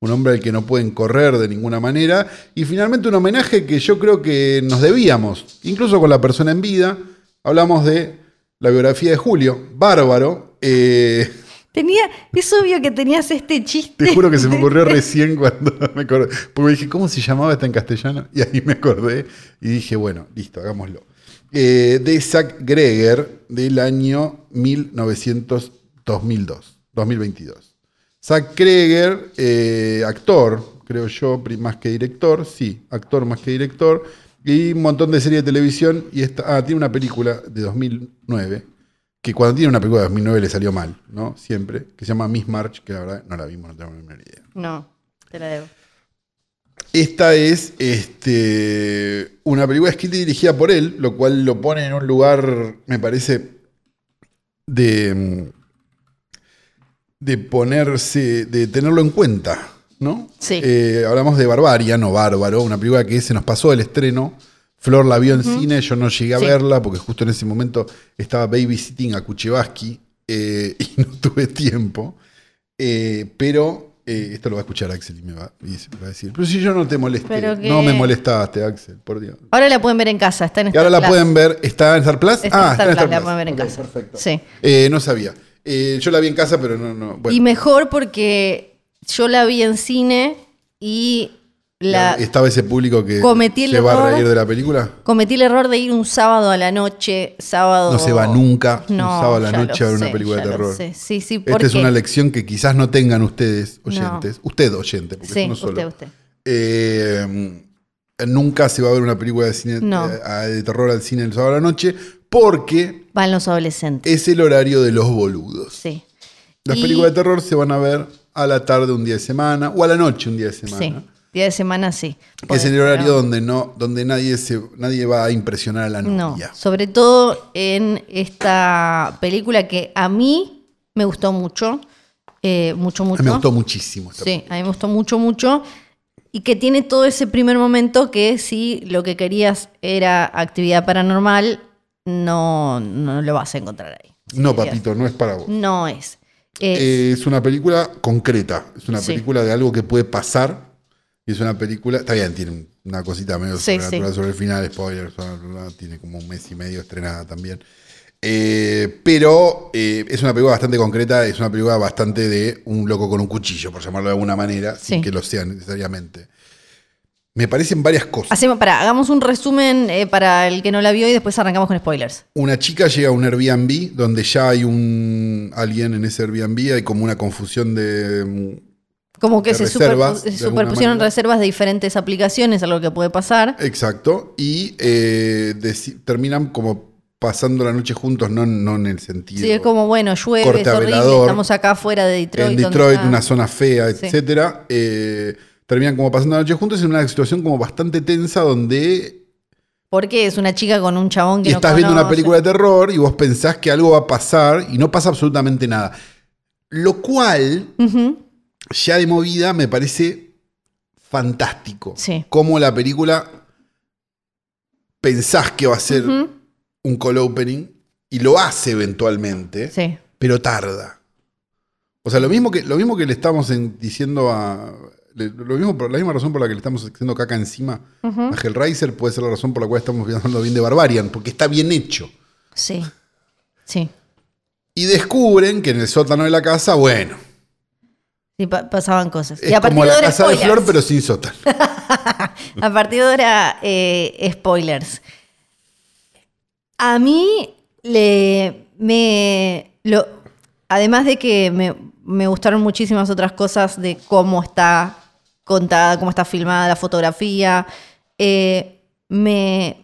Un hombre al que no pueden correr de ninguna manera. Y finalmente un homenaje que yo creo que nos debíamos, incluso con la persona en vida. Hablamos de la biografía de Julio, bárbaro. Eh, Tenía, es obvio que tenías este chiste. te juro que se me ocurrió recién cuando <laughs> me acordé. Porque dije, ¿cómo se llamaba esta en castellano? Y ahí me acordé y dije, bueno, listo, hagámoslo. Eh, de Zack Greger del año 1900, 2002, 2022. Zack Greger, eh, actor, creo yo, pri- más que director, sí, actor más que director, y un montón de series de televisión. Y esta, ah, tiene una película de 2009 que cuando tiene una película de 2009 le salió mal, ¿no? Siempre, que se llama Miss March, que la verdad no la vimos, no tengo ni menor idea. <laughs> No, te la debo. Esta es este, una película escrita y dirigida por él, lo cual lo pone en un lugar, me parece, de, mm, de ponerse, de tenerlo en cuenta, ¿no? Sí. Eh, hablamos de Barbaria, no Bárbaro, una película que se nos pasó del estreno. Flor la vio en cine, yo no llegué a Sí. verla porque justo en ese momento estaba babysitting a Kuchevaski eh, <laughs> y no tuve tiempo. Eh, pero eh, esto lo va a escuchar Axel y me va, y se me va a decir. Pero si yo no te molesté, Pero que- no me molestaste, Axel, por Dios. Ahora la pueden ver en casa, está en Y ahora la Star Plus. pueden ver, ¿está en Star Plus? Está en ah, Star está en Plus, la Star Plus. pueden ver en Ok, casa. Perfecto. Sí. Eh, no sabía. Eh, yo la vi en casa, pero no, no. Bueno, Y mejor porque yo la vi en cine y la, estaba ese público que Cometí el se va a error. reír de la película. Cometí el error de ir un sábado a la noche, sábado. No se va nunca un No, sábado a la ya noche lo a ver una sé, película de ya lo terror. sé. Sí, sí, porque. Esta es una lección que quizás no tengan ustedes, oyentes. Usted, oyente, porque Sí, es uno solo. usted, usted. Eh, nunca se va a ver una película de, cine, No. eh, a- de terror al cine el sábado a la noche porque Van los adolescentes. es el horario de los boludos. Sí. Las Y- películas de terror se van a ver a la tarde un día de semana o a la noche un día de semana. Sí. Día de semana sí. Que es el Podés, horario pero- donde no, donde nadie se, nadie va a impresionar a la No, novia. sobre todo en esta película que a mí Me gustó mucho. eh, mucho, A mucho. mí me gustó muchísimo. esta Sí, a mí me gustó mucho, mucho. Y que tiene todo ese primer momento que si lo que querías era actividad paranormal, no, no lo vas a encontrar ahí. película. No, Sí, sí. papito, no es para vos. No es. Es- Eh, es una película concreta. Es una Sí. película de algo que puede pasar. Y es una película. Está bien, tiene un- una cosita medio Sí, sobrenatural sí. sobre el final, spoilers, bla, bla, bla, tiene como un mes y medio estrenada también. Eh, pero eh, es una película bastante concreta, es una película bastante de un loco con un cuchillo, por llamarlo de alguna manera, sin Sí. que lo sea necesariamente. Me parecen varias cosas. Hacemos, para, hagamos un resumen eh, para el que no la vio y después arrancamos con spoilers. Una chica llega a un Airbnb donde ya hay un alguien en ese Airbnb, hay como una confusión de mm, Como que De se reservas, superpu- de alguna superpusieron manera. Eh, reservas de diferentes aplicaciones, algo que puede pasar. Exacto. Y eh, deci- terminan como pasando la noche juntos, no, no en el sentido. Sí, es como, bueno, llueve, es Corte a horrible, velador. estamos acá afuera de Detroit. en donde Detroit, está- una zona fea, Sí. etcétera. Eh, terminan como pasando la noche juntos en una situación como bastante tensa donde Porque es una chica con un chabón que y no estás viendo una conoce. película de terror y vos pensás que algo va a pasar y no pasa absolutamente nada. Lo cual Ujú. ya de movida me parece fantástico. Sí. Cómo la película pensás que va a ser Ujú. un call opening y lo hace eventualmente, Sí. pero tarda. O sea, lo mismo que, lo mismo que le estamos en- diciendo a. le- Lo mismo, por- la misma razón por la que le estamos haciendo caca encima Ujú. a Hellraiser puede ser la razón por la cual estamos hablando bien de Barbarian, porque está bien hecho. Sí. Sí. Y descubren que en el sótano de la casa, bueno, Sí, pa- pasaban cosas. es como de la ahora, casa de spoilers. Flor, pero sin sótano. A partir de ahora, eh, spoilers. A mí le me lo además de que me, me gustaron muchísimas otras cosas de cómo está contada, cómo está filmada la fotografía, eh, me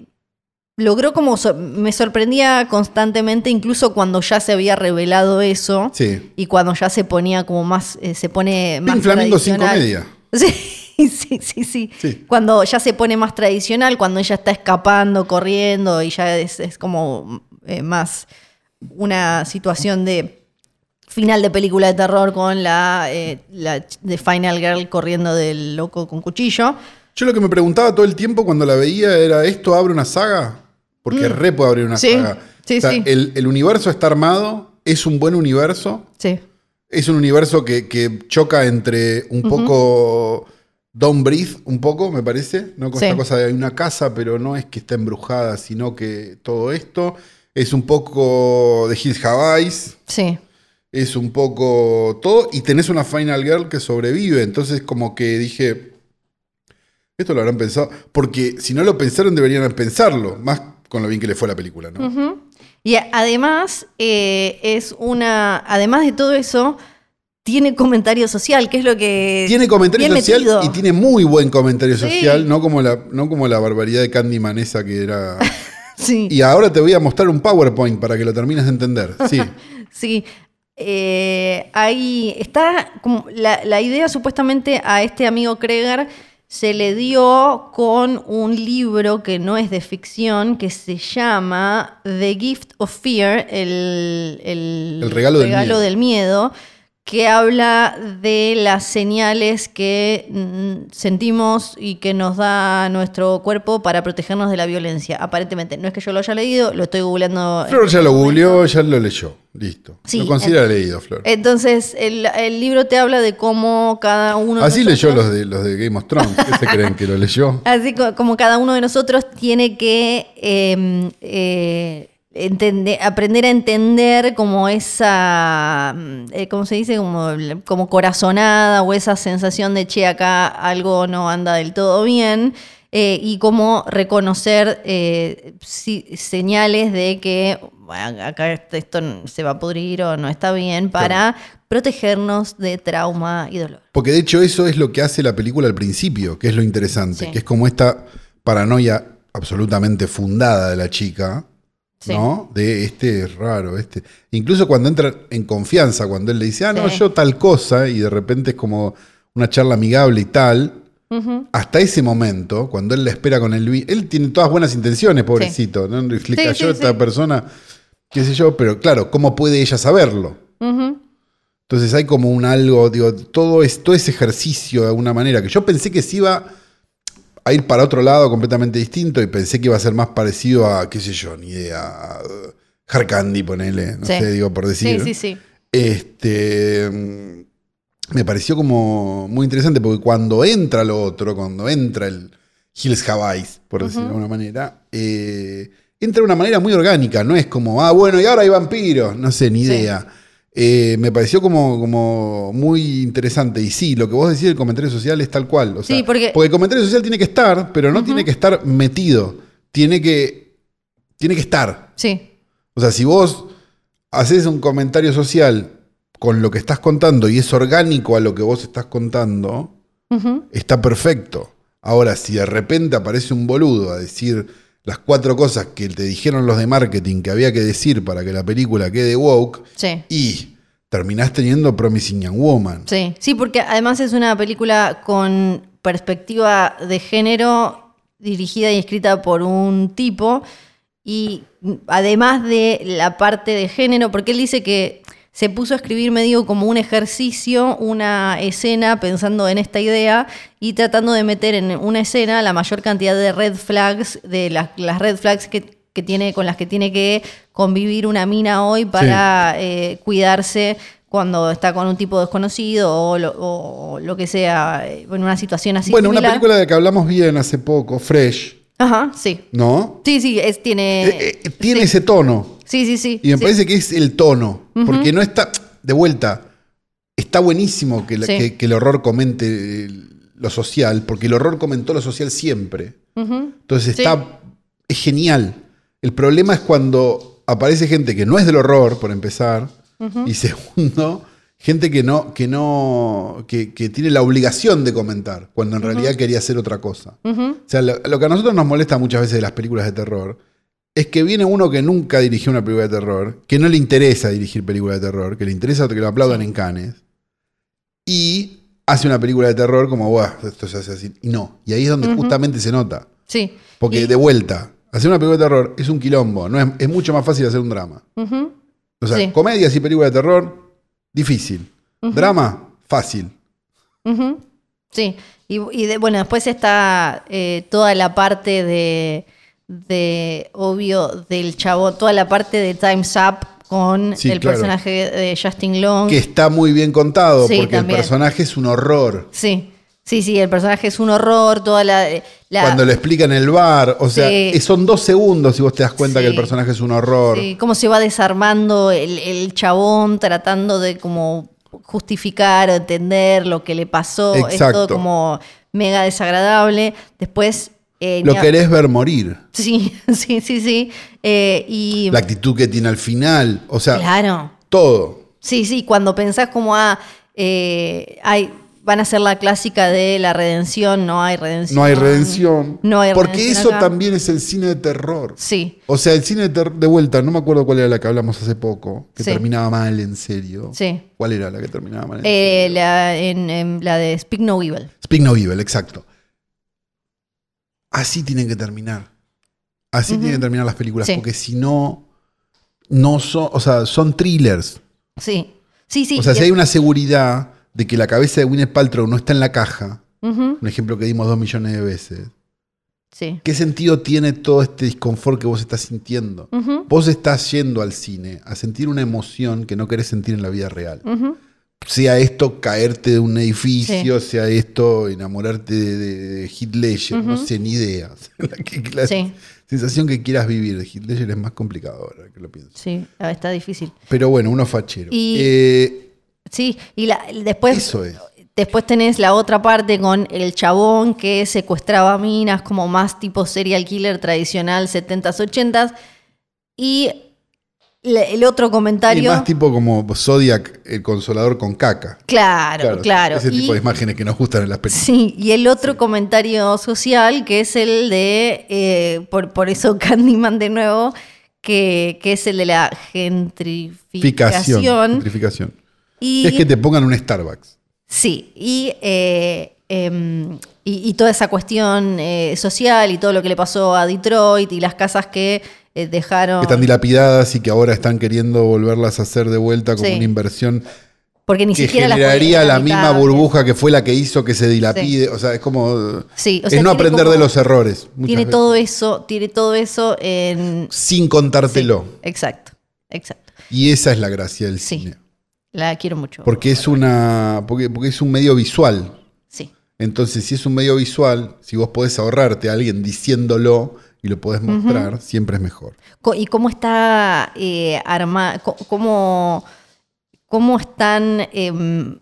logró como sor- me sorprendía constantemente incluso cuando ya se había revelado eso Sí. y cuando ya se ponía como más eh, se pone más Pink Flamingo sin tradicional. comedia. Sí, <laughs> sí, sí, sí, Sí. Cuando ya se pone más tradicional, cuando ella está escapando, corriendo y ya es, es como eh, más una situación de final de película de terror con la, eh, la ch- de Final Girl corriendo del loco con cuchillo. Yo lo que me preguntaba todo el tiempo cuando la veía era, ¿esto abre una saga? Porque re puede abrir una Mm. Sí, saga. sí, sí. El, el universo está armado, es un buen universo, Sí, es un universo que, que choca entre un poco Don't Breathe, un poco, me parece, ¿no? Con Sí. esta cosa de hay una casa, pero no es que está embrujada, sino que todo esto es un poco de Hills Have Eyes, sí, es un poco todo, y tenés una Final Girl que sobrevive, entonces como que dije, esto lo habrán pensado, porque si no lo pensaron deberían pensarlo, más con lo bien que le fue a la película, ¿no? Ujú. Y a- además eh, es una, además de todo eso, tiene comentario social, que es lo que Tiene comentario bien social metido. y tiene muy buen comentario Sí. social, no como la, no como la barbaridad de Candyman esa que <laughs> era... Sí. Y ahora te voy a mostrar un PowerPoint para que lo termines de entender, <laughs> sí. Sí. Eh, ahí está como la, la idea supuestamente a este amigo Kreger se le dio con un libro que no es de ficción, que se llama The Gift of Fear, el, el El regalo del miedo. del miedo, que habla de las señales que mm, sentimos y que nos da nuestro cuerpo para protegernos de la violencia. Aparentemente, no es que yo lo haya leído, lo estoy googleando. en Flor ya lo googleó, ya lo leyó, listo. Sí, lo considera leído, Flor. entonces, el, el libro te habla de cómo cada uno de Así leyó nosotros- los de, los de Game of Thrones, ¿qué se creen que lo <laughs> leyó? Así co- como cada uno de nosotros tiene que eh, eh, entende- aprender a entender como esa, mm, eh, ¿cómo se dice? Como, el- como corazonada o esa sensación de, che, acá algo no anda del todo bien. eh, y cómo reconocer eh, si- señales de que bueno, acá esto- esto se va a pudrir o no está bien para protegernos de trauma y dolor. Porque de hecho eso es lo que hace la película al principio, que es lo interesante, Sí. que es como esta paranoia absolutamente fundada de la chica, Sí. ¿no? De este es raro, este. Incluso cuando entra en confianza, cuando él le dice, ah, no, Sí. yo tal cosa, y de repente es como una charla amigable y tal. Ujú. Hasta ese momento, cuando él la espera con el vi- él tiene todas buenas intenciones, pobrecito, ¿no? Le Sí, cayó sí, a esta sí. persona, qué sé yo, pero claro, ¿cómo puede ella saberlo? Ujú. Entonces hay como un algo, digo, todo, es, todo ese ejercicio de alguna manera, que yo pensé que se iba a ir para otro lado completamente distinto y pensé que iba a ser más parecido a, qué sé yo, ni idea, a uh, Harkandi, ponele, no Sí. sé, digo, por decir. Sí, sí, sí. Este. mm, Me pareció como muy interesante porque cuando entra lo otro, cuando entra el Hills Have Eyes, por decirlo de alguna manera, eh, entra de una manera muy orgánica, no es como, ah, bueno, y ahora hay vampiros, no sé, ni Sí. idea. Eh, me pareció como, como muy interesante. Y sí, lo que vos decís del comentario social es tal cual. o sea, Sí, porque- el comentario social tiene que estar, pero no tiene que estar metido. Tiene que, tiene que estar. Sí. O sea, si vos haces un comentario social con lo que estás contando y es orgánico a lo que vos estás contando, Ujú. está perfecto. Ahora, si de repente aparece un boludo a decir las cuatro cosas que te dijeron los de marketing que había que decir para que la película quede woke, Sí. y terminás teniendo Promising Young Woman. Sí. Sí, porque además es una película con perspectiva de género dirigida y escrita por un tipo. Y además de la parte de género, porque él dice que se puso a escribir medio como un ejercicio, una escena pensando en esta idea y tratando de meter en una escena la mayor cantidad de red flags, de las, las red flags que, que tiene, con las que tiene que convivir una mina hoy para eh, cuidarse cuando está con un tipo desconocido o lo, o lo que sea, eh, en una situación así. bueno, una similar. película de la que hablamos bien hace poco, Fresh, Ajá, sí. ¿no? Sí, sí, es, tiene... Eh, eh, tiene ese tono. sí, sí, sí. Y me sí. parece que es el tono. Porque no está. De vuelta. Está buenísimo que, la- Sí. que- que el horror comente eh, lo social. Porque el horror comentó lo social siempre. Ujú. Entonces Sí. está. Es genial. El problema es cuando aparece gente que no es del horror, por empezar. Y <laughs> segundo, gente que no, que no. que, que tiene la obligación de comentar. Cuando en realidad quería hacer otra cosa. Ujú. O sea, lo, lo que a nosotros nos molesta muchas veces de las películas de terror es que viene uno que nunca dirigió una película de terror, que no le interesa dirigir películas de terror, que le interesa que lo aplaudan en Cannes, y hace una película de terror como, guau, esto se hace así. Y no. Y ahí es donde justamente se nota. Sí. Porque Y- de vuelta, hacer una película de terror es un quilombo, no es, es mucho más fácil hacer un drama. Ujú. O sea, Sí. comedias y películas de terror, difícil. Drama, fácil. Ujú, Sí, y, y de- bueno, después está eh, toda la parte de, de, obvio, del chavo, toda la parte de Time's Up con Sí, el claro. personaje de Justin Long. Que está muy bien contado, Sí, porque también. el personaje es un horror. Sí, sí, sí, el personaje es un horror, toda la... eh, la- Cuando lo explica en el bar, o sea, Sí. eh, son dos segundos si vos te das cuenta Sí. que el personaje es un horror. sí, cómo se va desarmando el, el chabón tratando de como justificar o entender lo que le pasó. Es todo Exacto. como mega desagradable. Después... eh, Lo ni a- querés ver morir. <laughs> Sí, sí, sí, sí. Eh, y La actitud que tiene al final, o sea, claro. todo. Sí, sí, cuando pensás como ah, eh, hay, van a ser la clásica de la redención, no hay redención. No hay redención. No hay Porque redención eso acá. también es el cine de terror. Sí, O sea, el cine de, ter- de vuelta, no me acuerdo cuál era la que hablamos hace poco, que Sí. terminaba mal en serio. sí. ¿Cuál era la que terminaba mal en Eh, serio? la, en, en la de Speak No Evil. Speak No Evil, exacto. Así tienen que terminar. Así tienen que terminar las películas, Sí. porque si no, no son, o sea, son thrillers. Sí, sí, sí. o sea, y- si hay una seguridad de que la cabeza de Gwyneth Paltrow no está en la caja, Ujú, un ejemplo que dimos dos millones de veces, Sí. ¿qué sentido tiene todo este disconfort que vos estás sintiendo? Ujú, Vos estás yendo al cine a sentir una emoción que no querés sentir en la vida real. ujú. Sea esto caerte de un edificio, sea esto enamorarte de, de- de Heath Ledger, no sé ni idea. <laughs> O sea, la que- la Sí. sensación que quieras vivir de Heath Ledger es más complicado ahora que lo pienso. Sí, ah, está difícil. Pero bueno, uno fachero. Y- pues, Eh, Sí, y la, después eso es. Después tenés la otra parte con el chabón que secuestraba minas, como más tipo serial killer tradicional, 70s, 80s. Y le- el otro Y comentario. más tipo como Zodiac, el consolador con caca. claro, claro. Ese Y- tipo de imágenes que nos gustan en las películas. Sí, y el otro comentario social que es el de, eh, por, por eso <laughs> Candyman de nuevo, que, que es el de la gentrificación. Ficación. gentrificación. Y, Es que te pongan un Starbucks. Sí, y, eh, em, y, y toda esa cuestión eh, social y todo lo que le pasó a Detroit y las casas que eh, dejaron... que están dilapidadas y que ahora están queriendo volverlas a hacer de vuelta como Sí. una inversión Porque ni que siquiera las generaría podían la habitar. misma burbuja que fue la que hizo que se dilapide. O sea, es como. Sí, o sea, es tiene no aprender como- de los errores. muchas Tiene veces. todo eso, tiene todo eso en. Sin sí, contártelo. exacto, exacto. Y esa es la gracia del Sí. cine. La quiero mucho. Porque es una. Porque, porque es un medio visual. Sí. Entonces, si es un medio visual, si vos podés ahorrarte a alguien diciéndolo y lo podés mostrar, siempre es mejor. Co- ¿Y cómo está eh, arma- co- cómo, cómo están em,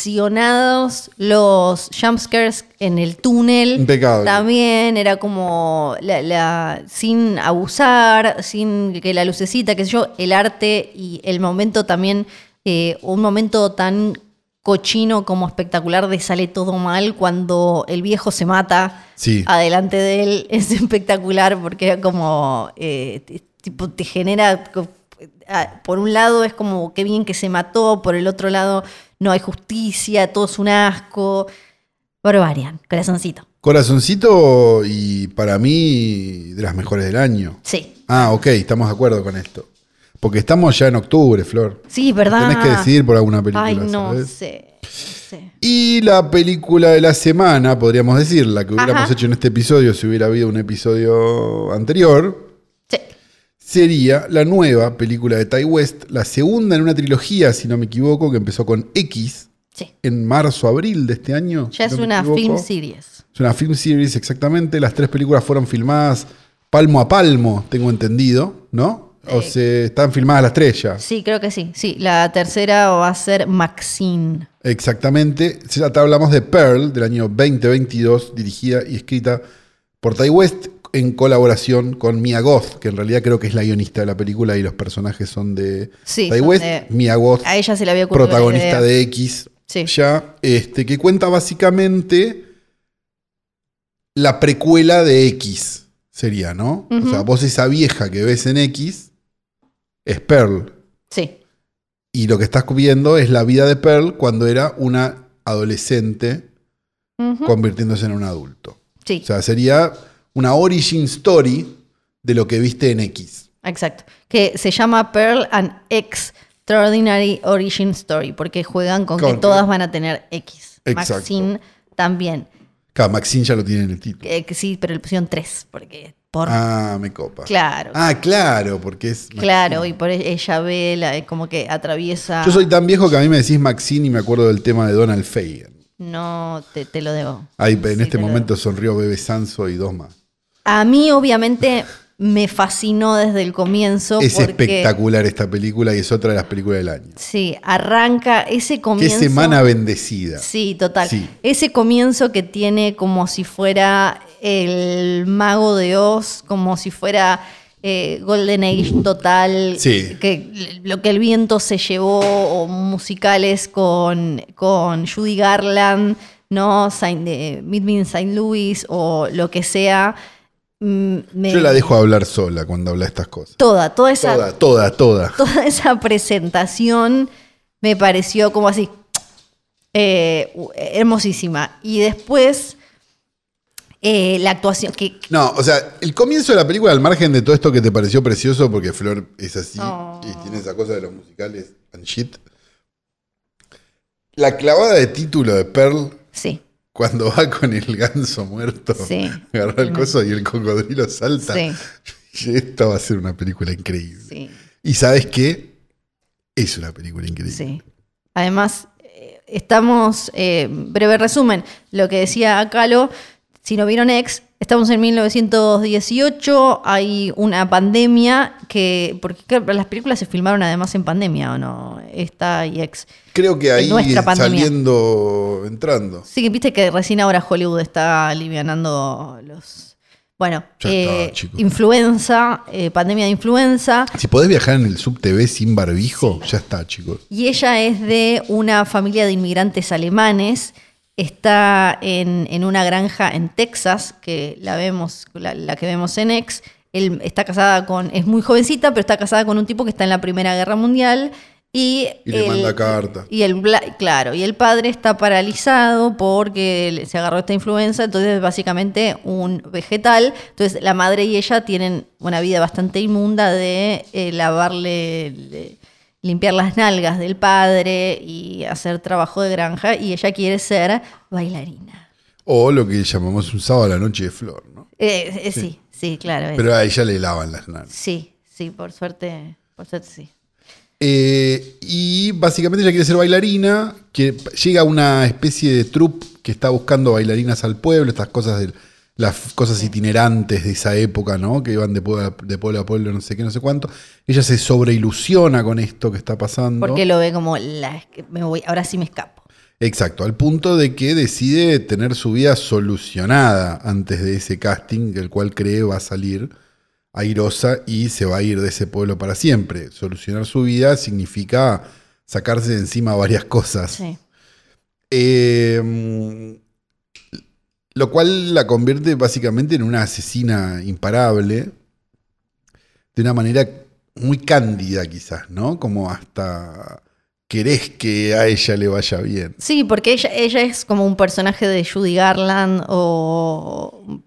seleccionados los jumpscares en el túnel? Impecable. También era como la- la- sin abusar, sin que la lucecita, qué sé yo, el arte y el momento también, eh, un momento tan cochino como espectacular de sale todo mal cuando el viejo se mata Sí. adelante de él <laughs> es espectacular porque era como eh, t- tipo te genera co- ah, por un lado es como qué bien que se mató, por el otro lado no hay justicia, todo es un asco. Barbarian, corazoncito. Corazoncito y para mí de las mejores del año. Sí. Ah, ok, estamos de acuerdo con esto. Porque estamos ya en octubre, Flor. Sí, ¿verdad? Tenés que decidir por alguna película. Ah. Ay, no ¿sabes? sé, no sé. Y la película de la semana, podríamos decir, la que hubiéramos Ajá. hecho en este episodio, si hubiera habido un episodio anterior, Sí. sería la nueva película de Ty West, la segunda en una trilogía, si no me equivoco, que empezó con X Sí. en marzo, abril de este año. si Ya es no me una equivoco. film series. Es una film series, exactamente. Las tres películas fueron filmadas palmo a palmo, tengo entendido, ¿no? O Sí. se están filmadas las tres ya. Sí, creo que sí. Sí, la tercera va a ser Maxine. Exactamente. Ya te hablamos de Pearl, del año 2022, dirigida y escrita por Ty West en colaboración con Mia Goth, que en realidad creo que es la guionista de la película y los personajes son de Sí, Ty son West. de- Mia Goth, A ella se le había ocurrido la protagonista idea. de X, Sí. ya, este, que cuenta básicamente la precuela de X, sería, ¿no? O Ujú. sea, vos esa vieja que ves en X es Pearl. Sí, Y lo que estás viendo es la vida de Pearl cuando era una adolescente Ujú. convirtiéndose en un adulto. sí. O sea, sería una origin story de lo que viste en X. Exacto. Que se llama Pearl and Extraordinary Origin Story, porque juegan con, Con- que todas van a tener X. Exacto. Maxine también. Claro, Maxine ya lo tiene en el título. Eh, que sí, pero le pusieron tres, porque por Ah, me copa. claro. Ah, claro, porque es. Maxine. claro, y por e- ella ve, la- eh, como que atraviesa. Yo soy tan viejo que a mí me decís Maxine y me acuerdo del tema de Donald Fagan. No, te, te lo debo. Ay, en Sí, este claro. momento sonrió Bebe Sanso y dos más. A mí, obviamente, me fascinó desde el comienzo. Es porque, espectacular esta película y es otra de las películas del año. Sí, arranca ese Qué comienzo. semana bendecida. Sí, total. Sí. Ese comienzo que tiene como si fuera el mago de Oz, como si fuera eh, Golden Age total, Sí. que lo que el viento se llevó, o musicales con, con Judy Garland, ¿no? Saint, eh, Meet Me in St. Louis o lo que sea. Mm, me- Yo la dejo hablar sola cuando habla estas cosas. Toda, toda esa, Toda, toda, toda. toda <laughs> esa presentación me pareció como así eh, u- hermosísima. Y después eh, la actuación que No, o sea, el comienzo de la película, al margen de todo esto que te pareció precioso, porque Flor es así Oh. y tiene esa cosa de los musicales and shit. La clavada de título de Pearl, sí, cuando va con el ganso muerto, Sí. agarra el coso y el cocodrilo salta. sí, Esta va a ser una película increíble. sí, ¿Y sabes qué? Es una película increíble. sí. Además, eh, estamos, eh, breve resumen, lo que decía Calo, si no vieron ex, estamos en 1918, hay una pandemia que, porque claro, las películas se filmaron además en pandemia, ¿o no? Esta y ex. Creo que ahí nuestra pandemia. saliendo, entrando. Sí, que viste que recién ahora Hollywood está alivianando los. Bueno, Ya eh, está, chicos. influenza, eh, pandemia de influenza. Si podés viajar en el subtv sin barbijo, ya está, chicos. Y ella es de una familia de inmigrantes alemanes. Está en, en una granja en Texas, que la vemos, la, la que vemos en Ex. Él está casada con. Es muy jovencita, pero está casada con un tipo que está en la Primera Guerra Mundial. Y, Y le el- manda carta. Y el bla- claro, y el padre está paralizado porque le- se agarró esta influenza, entonces es básicamente un vegetal. Entonces la madre y ella tienen una vida bastante inmunda de eh, lavarle le- limpiar las nalgas del padre y hacer trabajo de granja y ella quiere ser bailarina. O lo que llamamos un sábado a la noche de flor, ¿no? Eh, eh, sí. sí, claro. es- Pero a ella le lavan las nalgas. Sí, sí, por suerte, por suerte sí. Eh, y básicamente ella quiere ser bailarina, que llega una especie de troupe que está buscando bailarinas al pueblo, estas cosas del- las cosas itinerantes de esa época, ¿no? Que iban de pueblo, a, de pueblo a pueblo, no sé qué, no sé cuánto. Ella se sobreilusiona con esto que está pasando. Porque lo ve como, la, me voy, ahora sí me escapo. Exacto, al punto de que decide tener su vida solucionada antes de ese casting, del cual cree va a salir airosa y se va a ir de ese pueblo para siempre. Solucionar su vida significa sacarse de encima varias cosas. Sí. Eh, lo cual la convierte básicamente en una asesina imparable, de una manera muy cándida quizás, ¿no? Como hasta querés que a ella le vaya bien. Sí, porque ella, ella es como un personaje de Judy Garland o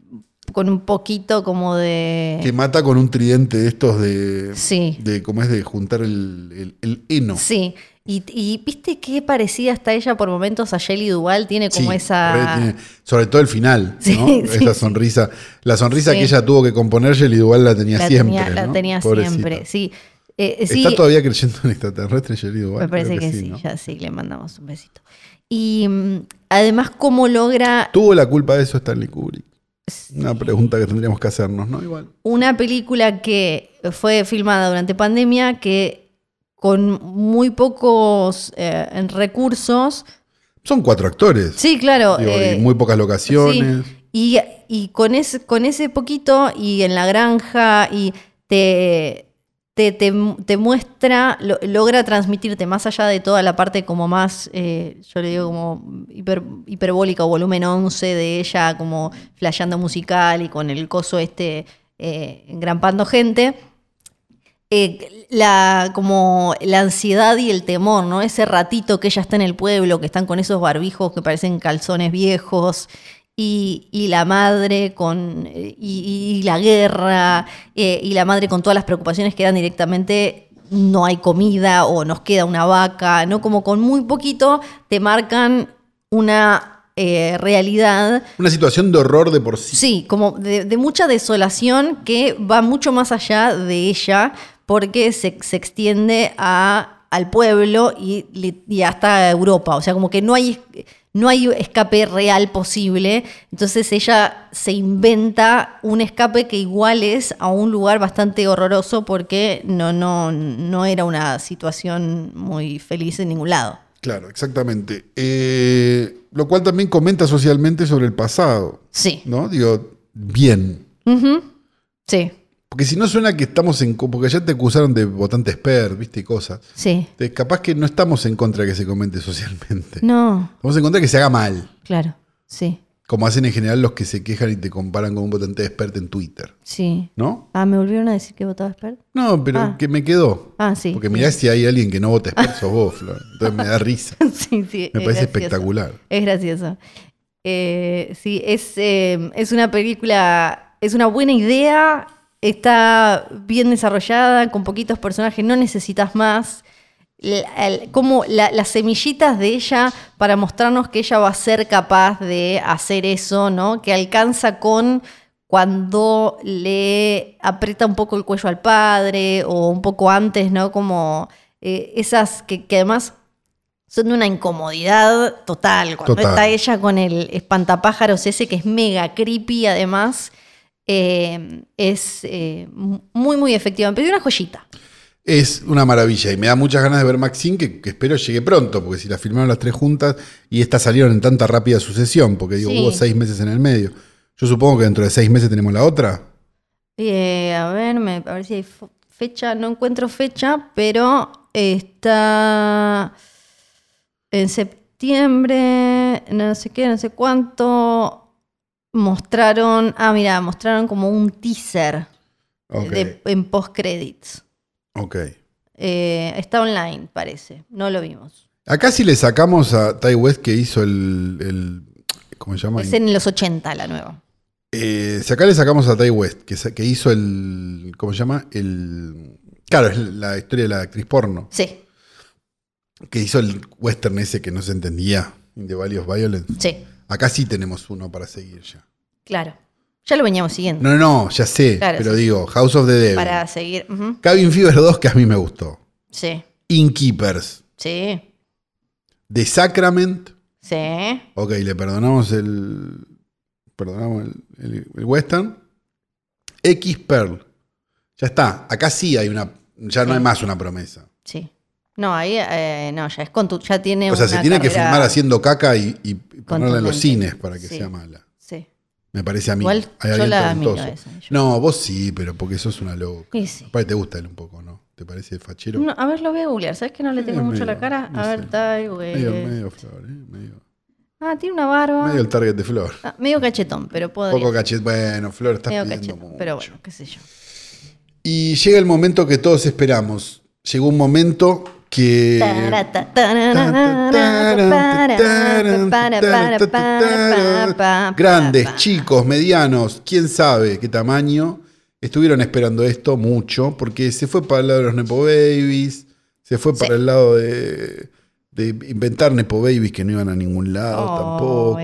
con un poquito como de... Que mata con un tridente de estos de. Eh. Sí, de ¿Cómo es? De juntar el, el- el heno. sí. Y, y viste qué parecida está ella por momentos a Shelley Duval, tiene como Sí, esa... re- tiene- sobre todo el final, Sí, ¿no? sí, Esa sí. sonrisa. La sonrisa Sí. que ella tuvo que componer, Jelly igual la tenía la siempre. tenía, la ¿no? tenía Pobrecita. siempre, sí. Eh, eh, sí, ¿Está todavía creyendo en extraterrestre, Jelly Duval? me parece Creo que, sí, ¿no? ya sí, le mandamos un besito. Y mm, además cómo logra ¿Tuvo la culpa de eso Stanley Kubrick? Una pregunta que tendríamos que hacernos, ¿no? Igual. una película que fue filmada durante pandemia que con muy pocos eh, en recursos. Son cuatro actores. Sí, claro. Digo, y eh, muy pocas sí. locaciones. Y, y con, ese, con ese poquito y en la granja y te, te, te- te muestra, lo- logra transmitirte más allá de toda la parte como más, eh, yo le digo como hiper- hiperbólica o volumen 11 de ella como flasheando musical y con el coso este eh, engrampando gente. eh, la, como la ansiedad y el temor, ¿no? Ese ratito que ella está en el pueblo, que están con esos barbijos que parecen calzones viejos, y, y la madre con. eh, y, y- y la guerra, eh, y la madre con todas las preocupaciones que eran directamente no hay comida o nos queda una vaca, ¿no? Como con muy poquito te marcan una eh, realidad Una situación de horror de por sí. Sí, como de, de mucha desolación que va mucho más allá de ella porque se, se extiende a, al pueblo y, li- y hasta Europa. O sea, como que no hay, no hay escape real posible. Entonces ella se inventa un escape que igual es a un lugar bastante horroroso porque no, no, no era una situación muy feliz en ningún lado. Claro, exactamente. Eh, lo cual también comenta socialmente sobre el pasado. Sí. ¿No? Digo, bien. Ujú. Sí, Porque si no suena que estamos en. co- Porque ya te acusaron de votante expert, viste, y cosas. sí. Entonces, capaz que no estamos en contra de que se comente socialmente. No, Estamos en contra de que se haga mal. claro, sí. Como hacen en general los que se quejan y te comparan con un votante expert en Twitter. Sí. ¿No? Ah, me volvieron a decir que votaba expert. No, pero Ah. que me quedó. Ah, sí. Porque mirá si hay alguien que no vota expert, sos vos, Flor. Entonces me da risa. <laughs> sí, sí. Me es parece gracioso. espectacular. Es gracioso. Eh, sí, es, eh, es una película, es una buena idea, está bien desarrollada, con poquitos personajes, no necesitas más. La- el- como la- las semillitas de ella para mostrarnos que ella va a ser capaz de hacer eso, ¿no? Que alcanza con cuando le aprieta un poco el cuello al padre o un poco antes, ¿no? Como eh, esas que- que además son de una incomodidad total. Cuando Total. está ella con el espantapájaros ese que es mega creepy, además, eh, es eh, muy, muy efectiva. Me pedí una joyita. Es una maravilla y me da muchas ganas de ver Maxine, que, que espero llegue pronto, porque si la firmaron las tres juntas y estas salieron en tanta rápida sucesión, porque digo, Sí. hubo seis meses en el medio. Yo supongo que dentro de seis meses tenemos la otra. Eh, a ver, me- a ver si hay fo- fecha. No encuentro fecha, pero está en septiembre, no sé qué, no sé cuánto. Mostraron, ah, mira, mostraron como un teaser Ok. de- en post credits. ok. Eh, está online, parece. No lo vimos. Acá si le sacamos a Ty West que hizo el. el- ¿Cómo se llama? Es en los 80 la nueva. Eh, si acá le sacamos a Ty West, que, sa- que hizo el. ¿Cómo se llama? El. Claro, es la historia de la actriz porno. Sí. que hizo el western ese que no se entendía, de Valios Violence. Sí, Acá sí tenemos uno para seguir ya. claro. Ya lo veníamos siguiendo. No, no, ya sé, Claro, pero sí. digo, House of the Devil. para seguir. ujú. Cabin Fever 2, que a mí me gustó. Sí, Innkeepers. sí, The Sacrament. sí. Ok, le perdonamos el. Perdonamos el, el- el western. X Pearl. Ya está. Acá sí hay una. Ya no Sí. hay más una promesa. Sí. No, ahí eh, no, ya es contu- ya tiene O sea, una se tiene que carrera- filmar haciendo caca y, y ponerla en los Contundente. cines para que Sí. sea mala. Sí. Me parece a mí. Igual Hay yo alguien la miro talentoso. esa, yo- No, vos sí, pero porque sos una loca. Y sí. Aparte te gusta él un poco, ¿no? ¿Te parece fachero? No, a ver, lo voy a googlear. ¿Sabes que no le Sí, tengo mucho Eh, medio, la cara? no A sé. ver, Tai, güey. medio, medio flor, ¿eh? Medio, Ah, tiene una barba. medio Ah, el target de flor. Medio, cachetón, pero puedo. Poco cachet. Bueno, flor, estás Medio pidiendo cachetón, mucho. pero bueno, qué sé yo. Y llega el momento que todos esperamos. Llegó un momento que. Tarata, tararara, para, para, para, para, para, para, Grandes, para. chicos, medianos, quién sabe qué tamaño, estuvieron esperando esto mucho, porque se fue para el lado de los Nepo Babies, se fue para el lado de, de inventar Nepo Babies que no iban a ningún lado Ay.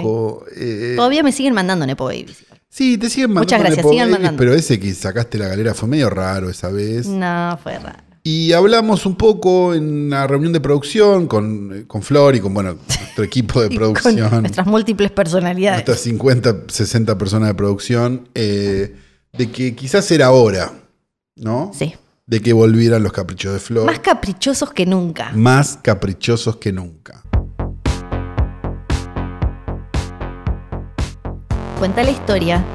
tampoco. Eh, Todavía me siguen mandando Nepo Babies. sí, te siguen mandando Muchas gracias, Nepo sigan Babies, mandando. Mm. pero ese que sacaste la galera fue medio raro esa vez. No, fue raro. Y hablamos un poco en la reunión de producción con, eh, con Flor y con bueno, nuestro equipo de <laughs> Y producción. Con nuestras múltiples personalidades. Nuestras 50, 60 personas de producción. eh, de que quizás era hora, ¿no? Sí. De que volvieran los caprichos de Flor. Más caprichosos que nunca. más caprichosos que nunca. Cuenta la historia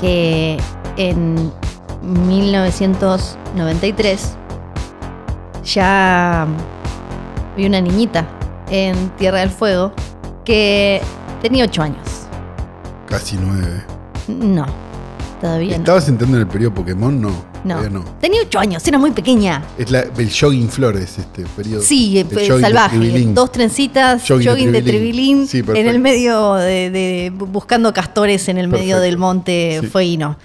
que en 1993 ya vi una niñita en Tierra del Fuego que tenía 8 años. Casi nueve. No, todavía no. ¿Estabas entrando en el periodo Pokémon? No. No. todavía no. Tenía 8 años, era muy pequeña. Es la, el jogging flores, este periodo. Sí, El fue jogging de salvaje. Tribilín. Dos trencitas, Jogging jogging, de de Tribilín. Tribilín, Sí, perfecto. en el medio de, de- buscando castores en el medio Perfecto. del monte Sí. fueguino.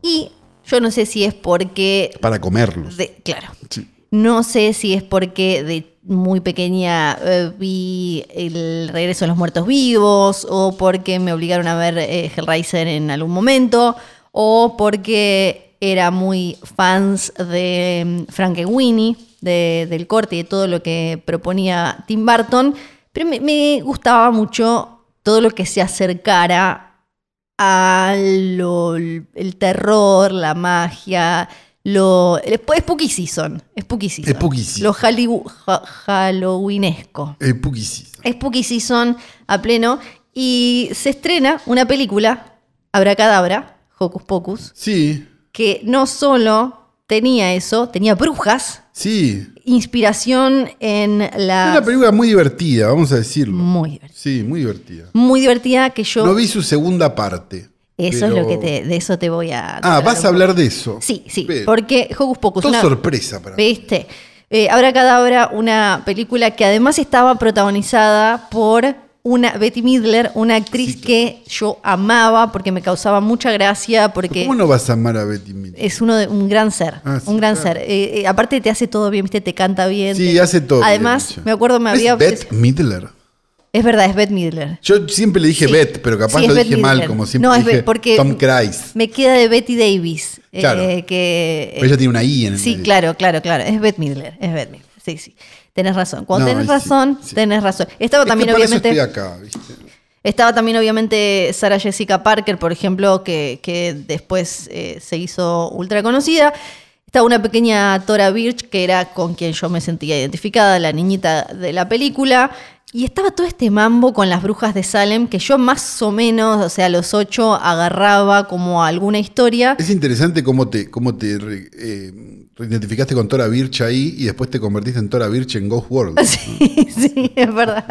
Y yo no sé si es porque Para comerlos. de- claro. Sí. No sé si es porque de muy pequeña eh, vi el regreso de los muertos vivos, o porque me obligaron a ver eh, Hellraiser en algún momento, o porque era muy fans de Frankenweenie, de, del corte y de todo lo que proponía Tim Burton, pero me, me gustaba mucho todo lo que se acercara a lo- el terror, la magia, lo el sp- spooky season, spooky season. Spooky season. Lo Hallow- ja- halloweenesco. El Pukisisa. Spooky season a pleno y se estrena una película Abracadabra, Hocus Pocus, Sí, que no solo tenía eso, tenía brujas, sí. inspiración en Es la una película muy divertida, vamos a decirlo. muy divertida. Sí, muy divertida. Muy divertida que Mm. yo No vi su segunda parte. eso es pero- lo que te de eso te voy a Ah, vas a hablar de eso. Sí, sí, Pero- porque Hocus Pocus Todo una- sorpresa para mí. ¿Viste? Eh, Abra Cadabra, una película que además estaba protagonizada por una Betty Midler, una actriz Sí, que yo amaba porque me causaba mucha gracia, porque ¿Cómo no vas a amar a Betty Miller? es uno de, un gran ser, Ah, sí, un gran claro. ser. Eh, eh, aparte te hace todo bien, ¿viste? Te canta bien. Sí, te- hace todo. Además, bien, ella. me acuerdo me ¿Es había Beth Midler. Es verdad, es Betty Midler. Yo siempre le dije Sí. Beth, pero capaz Sí, es lo Beth dije mal, Midler. como siempre No, es dije Beth, porque- eh, Tom Cruise. Me queda de Betty Davis, eh, Claro. que eh, Pero ella tiene una I en el Sí, medio. claro, claro, claro. Es Beth Midler, es Beth Midler. Sí, sí. Tenés razón. Cuando No, tenés ahí sí, razón, sí. tenés razón. Estaba Es que también, para eso obviamente. estoy acá, ¿viste? Estaba también, obviamente, Sarah Jessica Parker, por ejemplo, que, que después eh, se hizo ultra conocida. Estaba una pequeña Tora Birch, que era con quien yo me sentía identificada, la niñita de la película. Y estaba todo este mambo con las brujas de Salem, que yo más o menos, o sea, a los ocho, agarraba como alguna historia. Es interesante cómo te, cómo te re- eh, reidentificaste con Tora Birch ahí y después te convertiste en Tora Birch en Ghost World. <laughs> Sí, sí, es verdad.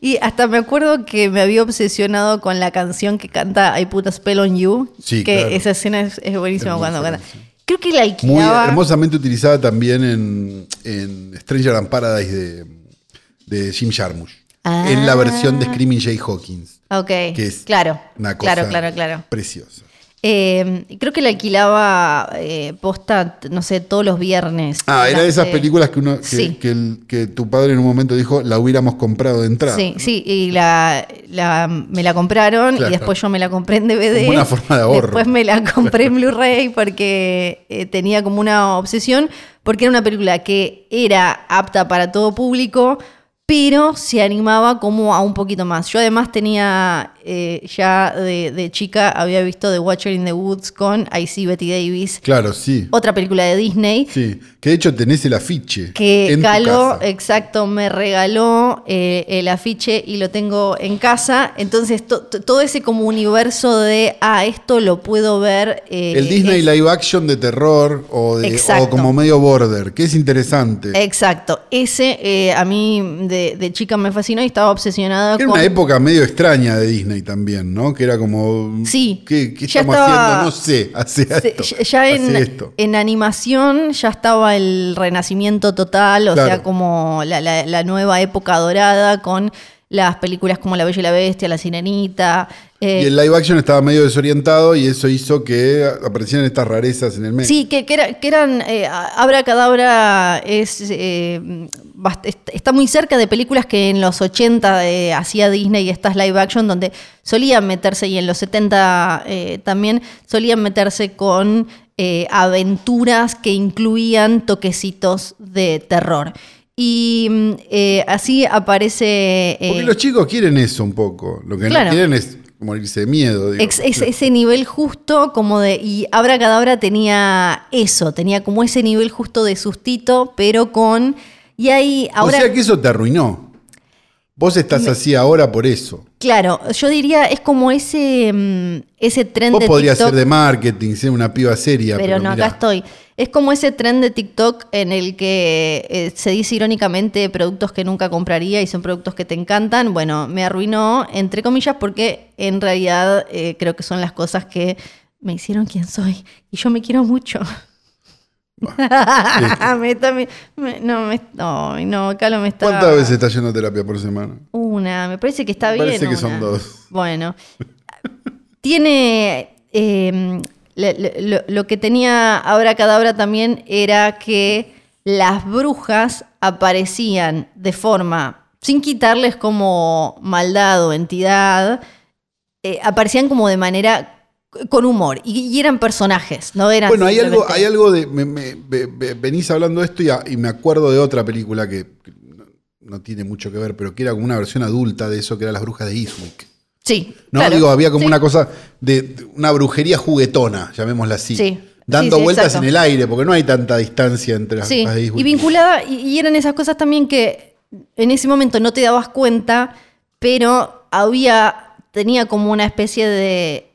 Y hasta me acuerdo que me había obsesionado con la canción que canta I Put a Spell on You. Sí, que claro. esa escena es, es buenísima Hermosa cuando canta. canción. Creo que la Muy alquilaba. hermosamente utilizada también en, en Stranger and Paradise de, de Jim Jarmusch. Ah. En la versión de Screaming Jay Hawkins. Ok, Que es claro, una cosa claro, claro, claro. preciosa. Eh, creo que la alquilaba eh, posta, no sé, todos los viernes. Ah, era de esas Las películas que uno que, Sí. que el- que tu padre en un momento dijo la hubiéramos comprado de entrada. Sí, sí, y la, la- me la compraron Claro. y después yo me la compré en DVD. Como una forma de ahorro. Después me la compré en Blu-ray porque eh, tenía como una obsesión, porque era una película que era apta para todo público, pero se animaba como a un poquito más. Yo además tenía, eh, ya de, de chica, había visto The Watcher in the Woods con I See Betty Davis, Claro, sí. otra película de Disney. Sí. Que de hecho tenés el afiche. Que en tu Calo, casa. exacto, me regaló eh, el afiche y lo tengo en casa. Entonces, to- to- todo ese como universo de, ah, esto lo puedo ver. eh, el Disney es- live action de terror o, de, Exacto. o como medio border, que es interesante. Exacto, ese eh, a mí de, de chica me fascinó y estaba obsesionada Era con... una época medio extraña de Disney también, ¿no? Que era como. Sí. ¿Qué, qué Ya estamos estaba- haciendo? No sé. Hace se- esto. ya- ya hace en, esto. en animación ya estaba el renacimiento total, o Claro. sea, como la, la- la nueva época dorada con las películas como La Bella y la Bestia, La Sirenita. eh, Y el live action estaba medio desorientado y eso hizo que aparecieran estas rarezas en el medio. Sí, que, que era- que eran. eh, a- Abracadabra es, eh, bast- est- está muy cerca de películas que en los 80 eh, hacía Disney y estas live action, donde solían meterse, y en los 70 eh, también, solían meterse con eh, aventuras que incluían toquecitos de terror. Y mm, eh, así aparece. eh, Porque los chicos quieren eso un poco. Lo que Claro. no quieren es morirse de miedo. digo. Ex- es- ese nivel justo como de... Y Abra Cadabra tenía eso, tenía como ese nivel justo de sustito, pero con... Y ahí ahora... o sea que eso te arruinó. Vos estás así ahora por eso. Claro, yo diría, es como ese, mm, ese tren Vos de podrías TikTok, ser de marketing, ser una piba seria. pero, Pero, no, mirá. acá estoy. Es como ese tren de TikTok en el que eh, se dice irónicamente productos que nunca compraría y son productos que te encantan. Bueno, me arruinó, entre comillas, porque en realidad eh, creo que son las cosas que me hicieron quien soy. Y yo me quiero mucho. <laughs> este. Me está- me- me- no, me, ay, no, Calo me está. ¿Cuántas veces estás yendo a terapia por semana? Una, me parece que está Me bien. parece que son una. dos. Bueno. Tiene. eh, le- le- lo, lo que tenía Abra Cadabra también era que las brujas aparecían de forma. sin quitarles como maldad o entidad. eh, aparecían como de manera. con humor. Y, y eran personajes, no eran. Bueno, hay algo, simplemente- hay algo de. me- me- ve- ve- venís hablando de esto y, a- y me acuerdo de otra película que, que no, no tiene mucho que ver, pero que era como una versión adulta de eso, que era Las Brujas de Eastwick. Sí. No, claro. digo, había como Sí. una cosa de, de una brujería juguetona, llamémosla así. Sí. Dando Sí, sí, vueltas exacto. en el aire, porque no hay tanta distancia entre las Sí, brujas de Eastwick. y vinculada, y, y eran esas cosas también que en ese momento no te dabas cuenta, pero había, tenía como una especie de,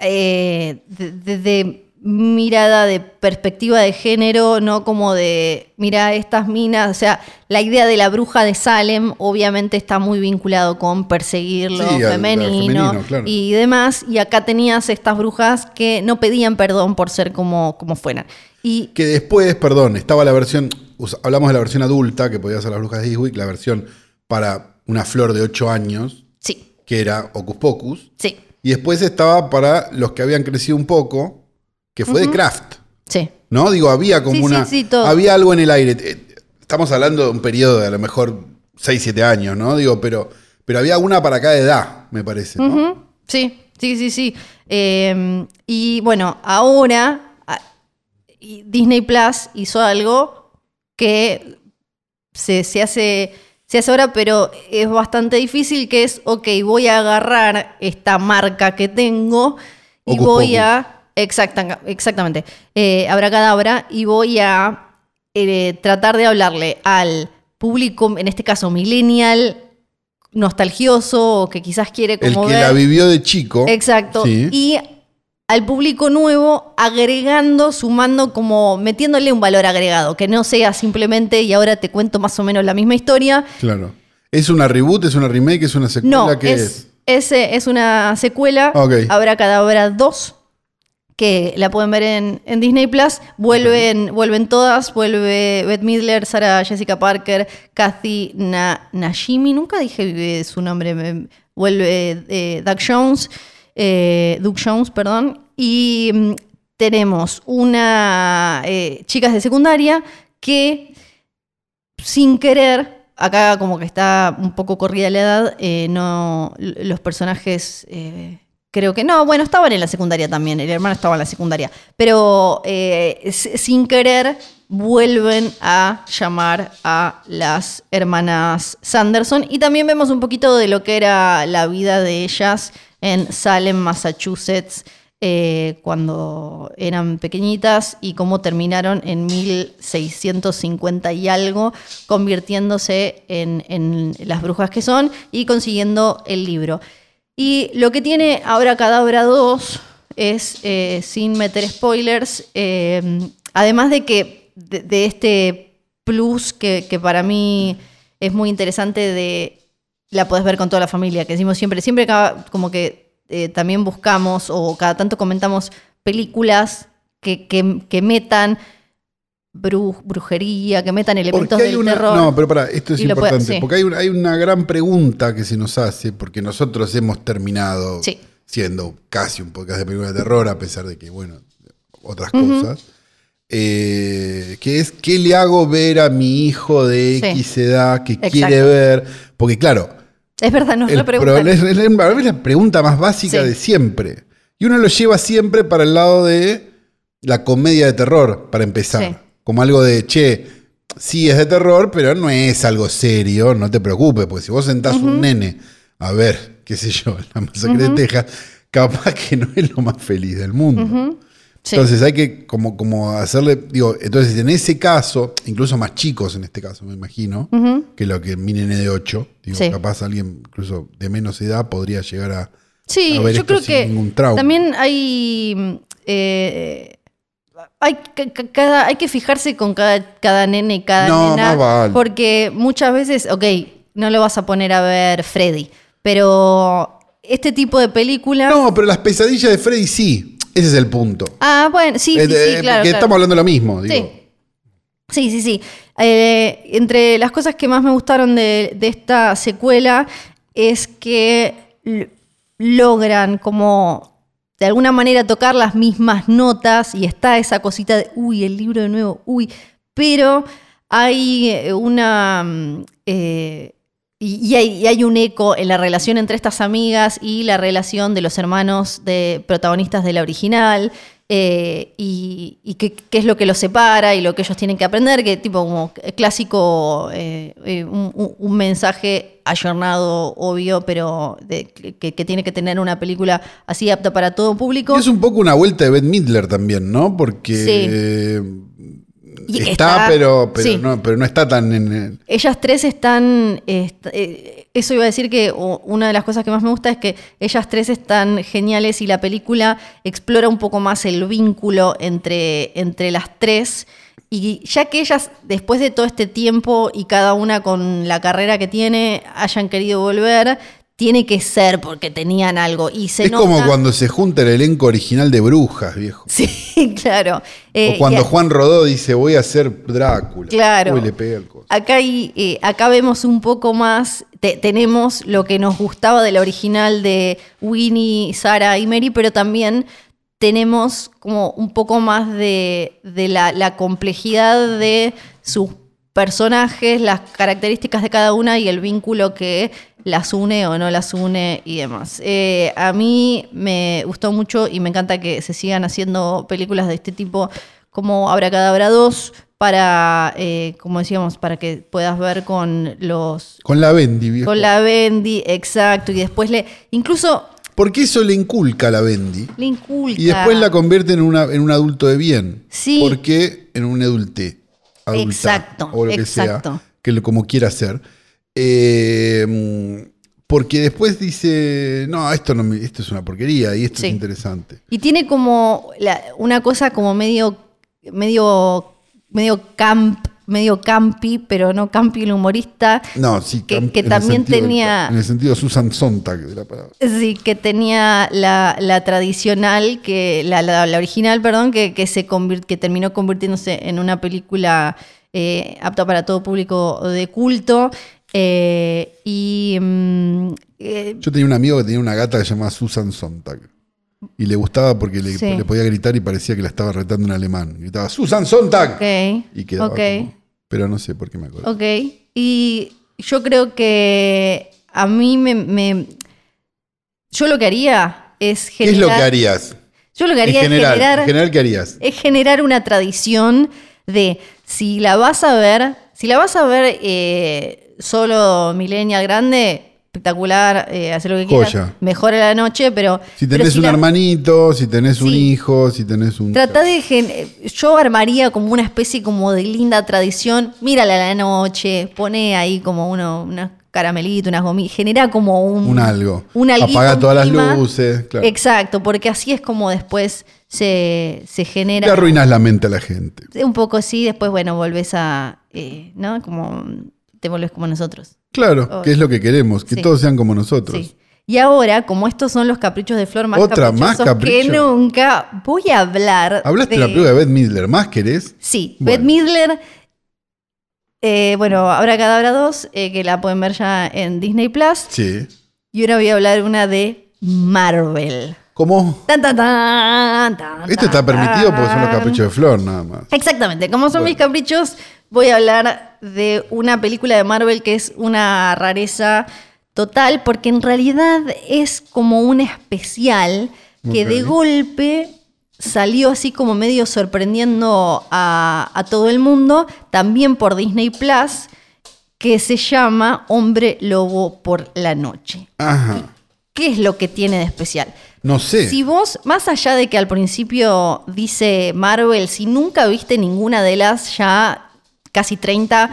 eh, de, de- de mirada, de perspectiva de género, ¿no? Como de, mira, estas minas, o sea, la idea de la bruja de Salem obviamente está muy vinculado con perseguir lo Sí, al- al femenino, femenino, claro. y y demás, y acá tenías estas brujas que no pedían perdón por ser como, como fueran. Y Que después, perdón, estaba la versión. us- Hablamos de la versión adulta, que podía ser Las Brujas de Eastwick, la versión para una flor de 8 años, sí, que era Ocus Pocus. sí, Y después estaba para los que habían crecido un poco, que fue de Kraft. sí. ¿No? Digo, había como Sí, sí, una. sí, todo. Había algo en el aire. Eh, Estamos hablando de un periodo de a lo mejor 6, 7 años, ¿no? Digo, pero, pero había una para cada edad, me parece. ¿no? Ujú, Sí, sí, sí, sí. Eh, y bueno, ahora a- y Disney Plus hizo algo que se, se hace, se hace ahora, pero es bastante difícil, que es, ok, voy a agarrar esta marca que tengo y Hocus voy Pocus. a... Exacta, exactamente. Eh, abracadabra y voy a eh, tratar de hablarle al público, en este caso millennial, nostalgioso o que quizás quiere El como que ver- la vivió de chico. Exacto. Sí. Y al público nuevo agregando, sumando, como metiéndole un valor agregado, que no sea simplemente y ahora te cuento más o menos la misma historia. Claro. ¿Es una reboot? ¿Es una remake? ¿Es una secuela? No, ¿Qué es, es, eh, es una secuela. Ok. Habrá Cadabra 2, que la pueden ver en, en Disney Plus. Vuelven, vuelven todas, vuelve Beth Midler, Sara Jessica Parker, Kathy Na- Najimy, nunca dije eh, su nombre, me- vuelve eh, Doug Jones. eh, Duke Jones, perdón, y mm, tenemos una eh, chicas de secundaria que sin querer, acá como que está un poco corrida la edad, eh, no l- los personajes eh, creo que no, bueno, estaban en la secundaria también, el hermano estaba en la secundaria, pero eh, s- sin querer vuelven a llamar a las hermanas Sanderson y también vemos un poquito de lo que era la vida de ellas en Salem, Massachusetts. eh, cuando eran pequeñitas y cómo terminaron en 1650 y algo, convirtiéndose en, en las brujas que son y consiguiendo el libro. Y lo que tiene ahora Cadabra 2 es, eh, sin meter spoilers, eh, además de que de, de este plus que, que para mí es muy interesante de la podés ver con toda la familia, que decimos siempre, siempre cada- como que eh, también buscamos o cada tanto comentamos películas que, que- que metan bru- brujería, que metan Porque elementos hay del una, terror. no, pero para, esto es Y lo puede- importante, sí. porque hay una, hay una gran pregunta que se nos hace, porque nosotros hemos terminado Sí. siendo casi un podcast de películas de terror, a pesar de que, bueno, otras Ujú. cosas, eh, que es, ¿qué le hago ver a mi hijo de Sí. X edad que Exacto. quiere ver? Porque claro, es verdad, nos el lo preguntan. problema- es, es la- es la pregunta más básica Sí. de siempre. Y uno lo lleva siempre para el lado de la comedia de terror, para empezar. Sí. Como algo de, che, sí es de terror, pero no es algo serio, no te preocupes, porque si vos sentás un nene a ver, qué sé yo, <laughs> la masacre de Texas, capaz que no es lo más feliz del mundo. Sí. Entonces hay que como, como hacerle, digo, entonces en ese caso, incluso más chicos en este caso, me imagino, que lo que mi nene de 8, digo, Sí. capaz alguien incluso de menos edad podría llegar a... Sí, a ver yo esto creo sin que ningún trauma. también hay, eh, hay, ca- ca- cada, hay que fijarse con cada, cada nene y cada No, nena, más vale. porque muchas veces, ok, no lo vas a poner a ver Freddy, pero este tipo de película... No, pero las pesadillas de Freddy sí, ese es el punto. Ah, bueno, sí, sí, Eh, sí, eh, claro, claro. porque estamos hablando de lo mismo, digo. Sí. Sí, sí, sí. Eh, entre las cosas que más me gustaron de, de esta secuela es que l- logran como de alguna manera tocar las mismas notas y está esa cosita de, uy, el libro de nuevo, uy, pero hay eh, una... mm, eh, y, y hay, y hay un eco en la relación entre estas amigas y la relación de los hermanos de protagonistas de la original. eh, y y qué, qué es lo que los separa y lo que ellos tienen que aprender, que tipo como clásico, eh, eh, un, un- un mensaje ayornado, obvio, pero de- que, que tiene que tener una película así apta para todo público. Y es un poco una vuelta de Beth Midler también, ¿no? Porque Sí. eh, Y está, está- pero, pero, sí. no, pero no está tan en... en- Ellas tres están, est- eh, eso iba a decir que o, una de las cosas que más me gusta es que ellas tres están geniales y la película explora un poco más el vínculo entre, entre las tres. Y ya que ellas, después de todo este tiempo y cada una con la carrera que tiene, hayan querido volver, tiene que ser porque tenían algo. Y se es nota- como cuando se junta el elenco original de Brujas, viejo. <laughs> Sí, claro. Eh, o cuando y- Juan Rodó dice, voy a ser Drácula. Claro. Uy, le pega el coso. Acá, hay, eh, acá vemos un poco más, te- tenemos lo que nos gustaba de la original de Winnie, Sara y Mary, pero también tenemos como un poco más de, de la, la complejidad de sus personajes, las características de cada una y el vínculo que las une o no las une y demás. Eh, a mí me gustó mucho y me encanta que se sigan haciendo películas de este tipo como Abracadabra 2 para, eh, como decíamos, para que puedas ver con los... Con la Bendy, viejo. Con la Bendy, exacto, y después le... Incluso Porque eso le inculca a la Bendy. le inculca... Y después la convierte en, una, en un adulto de bien. Sí. Porque en un adulte. Adulta, Exacto, O lo que exacto. sea. Que lo, como quiera ser. Eh, mm, porque después dice, no, esto, no me- esto es una porquería y esto Sí. es interesante. Y tiene como la- una cosa como medio, medio, medio camp, medio campi, pero no campi el humorista. No, sí, Que- cam- que en el también sentido del- tenía- en el sentido Susan Sontag de la palabra. Sí, que tenía la, la tradicional, que la, la- la original, perdón, que, que se convir- que terminó convirtiéndose en una película eh, apta para todo público de culto. Eh, y. mm, eh, Yo tenía un amigo que tenía una gata que se llamaba Susan Sontag. Y le gustaba porque le, Sí. le podía gritar y parecía que la estaba retando en alemán. Gritaba, ¡Susan Sontag! ok. Y quedaba ok. como- Pero no sé por qué me acuerdo. Ok, y yo creo que a mí me... me- yo lo que haría es ¿Qué es lo generar... que harías? Yo lo que En haría general, es generar Eh, en general, ¿qué harías? es generar una tradición de si la vas a ver, si la vas a ver eh, solo millennial grande, espectacular, eh, hacer lo que quieras, Joya. mejora la noche, pero Si pero tenés un la- hermanito, si tenés un Sí. hijo, si tenés un... Tratá de gen- eh, yo armaría como una especie como de linda tradición, mírala a la noche, pone ahí como uno unos caramelitos, unas gomitas, genera como un Un algo. un alguito, Apaga un todas las clima. luces, claro. Exacto, porque así es como después se, se Te genera arruinas la mente a la gente. un poco sí, después bueno, volvés a eh, ¿no? como te volvés como nosotros. Claro, Oh. que es lo que queremos, que Sí. todos sean como nosotros. Sí. Y ahora, como estos son los caprichos de Flor más Otra más caprichosos capricho. que nunca, voy a hablar Hablaste de de la película de Beth Midler, ¿más querés? Sí, Bueno. Beth Midler. eh, bueno, ahora Cadabra 2, eh, que la pueden ver ya en Disney Plus. Sí. Y ahora voy a hablar una de Marvel. ¿Cómo? Tan, tan, tan, tan, Esto está tan, permitido porque son los tan. caprichos de Flor, nada más. Exactamente, como son Bueno. mis caprichos, voy a hablar de una película de Marvel que es una rareza total, porque en realidad es como un especial que de Ok. golpe salió así como medio sorprendiendo a, a todo el mundo, también por Disney Plus, que se llama Hombre Lobo por la Noche. Ajá. ¿Qué es lo que tiene de especial? No sé. Si vos, más allá de que al principio dice Marvel, si nunca viste ninguna de las ya casi 30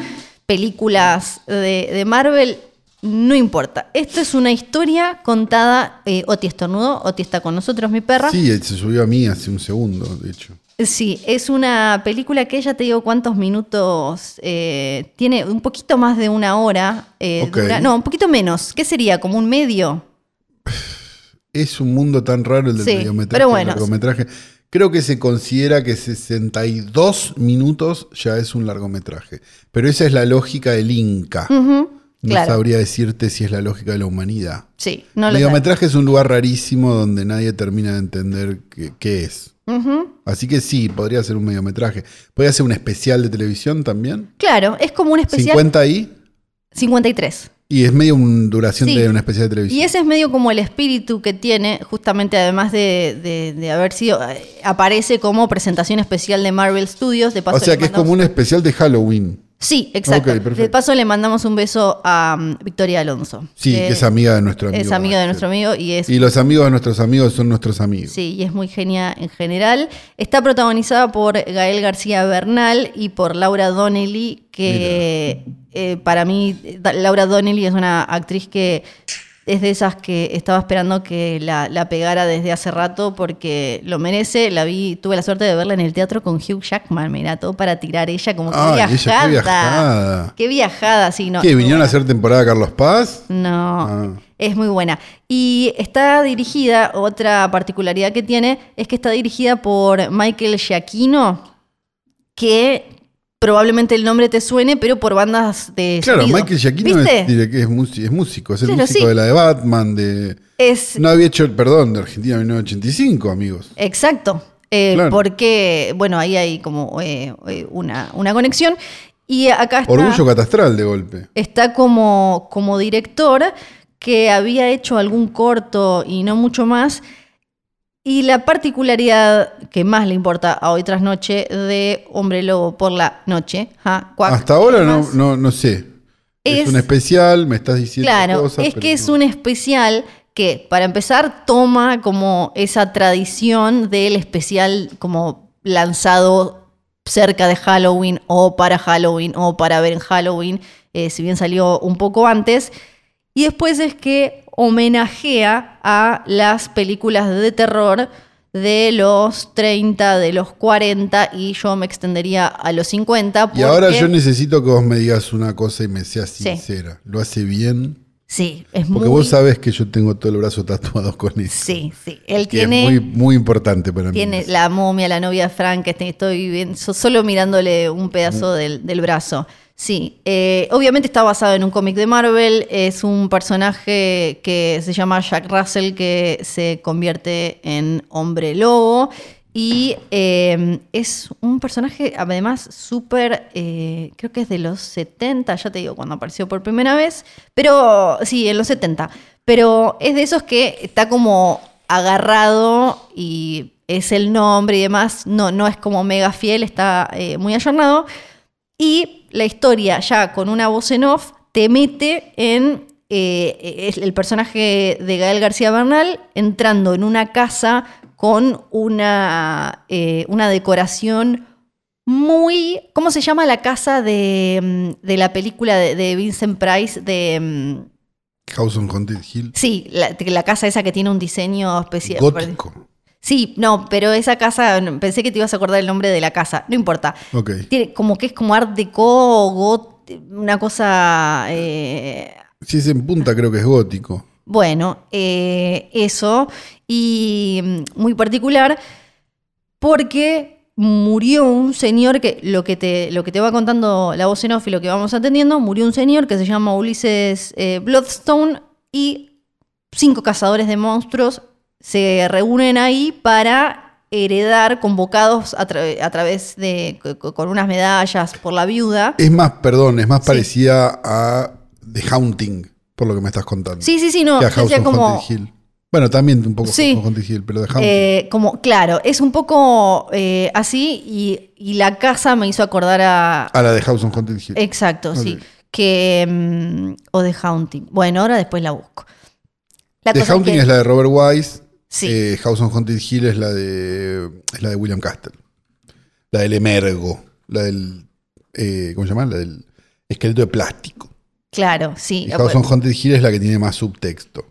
películas de, de Marvel, no importa. Esto es una historia contada. eh, Oti estornudó, Oti está con nosotros, mi perra. Sí. Sí, se subió a mí hace un segundo, de hecho. es una película que ya te digo cuántos minutos eh, tiene, un poquito más de una hora. eh, Ok. dura- no, un poquito menos. ¿Qué sería? ¿Como un medio? Es un mundo tan raro el del Sí, mediometraje, pero bueno. el largometraje. Creo que se considera que 62 minutos ya es un largometraje. Pero esa es la lógica del Inca. Ujú, No Mm, claro. sabría decirte si es la lógica de la humanidad. Sí, no el lo sé. mediometraje es un lugar rarísimo donde nadie termina de entender qué, qué es. Ujú. Así que sí, podría ser un mediometraje. Podría ser un especial de televisión también. Claro, es como un especial 50 ahí. 53. Y es medio una duración Sí. de un especial de televisión. Y ese es medio como el espíritu que tiene, justamente además de, de- de haber sido, eh, aparece como presentación especial de Marvel Studios. De paso o sea le que es mandamos- como un especial de Halloween. Sí, exacto. Ok, perfecto. de paso le mandamos un beso a um, Victoria Alonso. Sí, que es amiga de nuestro amigo. Eh, es amiga de Axel. nuestro amigo y es Y los amigos de nuestros amigos son nuestros amigos. Sí, y es muy genia en general. Está protagonizada por Gael García Bernal y por Laura Donnelly, que eh, para mí eh, da- Laura Donnelly es una actriz que es de esas que estaba esperando que la, la pegara desde hace rato porque lo merece. La vi, tuve la suerte de verla en el teatro con Hugh Jackman, mira, todo para tirar ella como que Ay, ella, qué viajada. viajada. Qué viajada, sí, no. ¿Qué? muy ¿Vinieron buena. a hacer temporada Carlos Paz? No, Ah. es muy buena. Y está dirigida, otra particularidad que tiene, es que está dirigida por Michael Giacchino, que probablemente el nombre te suene, pero por bandas de... Claro, sonido. Michael Giacchino ¿Viste? es, dire- que es, músico, es músico, es el Claro, músico sí. de la de Batman, de... Es... No había hecho, perdón, de Argentina 1985, amigos. Exacto. Eh, Claro. Porque, bueno, ahí hay como eh, eh, una, una conexión. Y acá está... Orgullo catastral de golpe. está como, como director que había hecho algún corto y no mucho más. Y la particularidad que más le importa a hoy tras noche de Hombre Lobo por la noche, ja, cuac, Hasta ahora y no, demás, no, no sé. Es, Es- un especial, me estás diciendo Claro, cosas, es pero que es no. un especial que, para empezar, toma como esa tradición del especial como lanzado cerca de Halloween o para Halloween o para ver en Halloween, eh, si bien salió un poco antes. Y después es que homenajea a las películas de terror de los 30, de los 40 y yo me extendería a los 50. Y ahora porque- yo necesito que vos me digas una cosa y me seas Sí. sincera. ¿Lo hace bien? Sí, es Porque muy... vos sabés que yo tengo todo el brazo tatuado con eso. Sí, sí. Él Que es tiene... muy, muy importante para mí. Tiene eso. este, la momia, la novia de Frankenstein, estoy bien, so- solo mirándole un pedazo del, del brazo. Sí, eh, obviamente está basado en un cómic de Marvel, es un personaje que se llama Jack Russell que se convierte en hombre lobo y eh, es un personaje además súper, eh, creo que es de los 70, ya te digo, cuando apareció por primera vez, pero sí, en los 70, pero es de esos que está como agarrado y es el nombre y demás, no, no es como mega fiel, está eh, muy allanado. Y la historia, ya con una voz en off, te mete en eh, el personaje de Gael García Bernal entrando en una casa con una, eh, una decoración muy. ¿Cómo se llama la casa de, mm, de la película de, de Vincent Price? De, mm, House on Haunted Hill. sí, la, la casa esa que tiene un diseño especial. Gótico. Sí, no, pero esa casa, no, pensé que te ibas a acordar el nombre de la casa, no importa. Ok. Tiene como que es como art deco, got- una cosa. eh, Si es en punta, creo que es gótico. bueno, eh, eso. Y mm, muy particular porque murió un señor que lo que te, lo que te va contando la voz en off y lo que vamos atendiendo, murió un señor que se llama Ulises eh, Bloodstone y cinco cazadores de monstruos se reúnen ahí para heredar convocados a, tra- a través de co- co- con unas medallas por la viuda. Es más, perdón, es más Sí. parecida a The Haunting, por lo que me estás contando. Sí, sí, sí, no, que a yo House decía on como Haunted Hill. Bueno, también un poco Sí. House on Haunted Hill, pero The Haunting. Eh, como, claro, es un poco eh, así y, y la casa me hizo acordar a... a la de House on Haunted Hill. exacto, sí. Ok. Que, mm, o The Haunting. Bueno, ahora después la busco. La The cosa es Haunting que- es la de Robert Wise. Sí. eh, House on Haunted Hill es la de es la de William Castle. La del emergo. La del. eh, ¿Cómo se llama? La del esqueleto de plástico. Claro, sí. Y House on Haunted Hill es la que tiene más subtexto.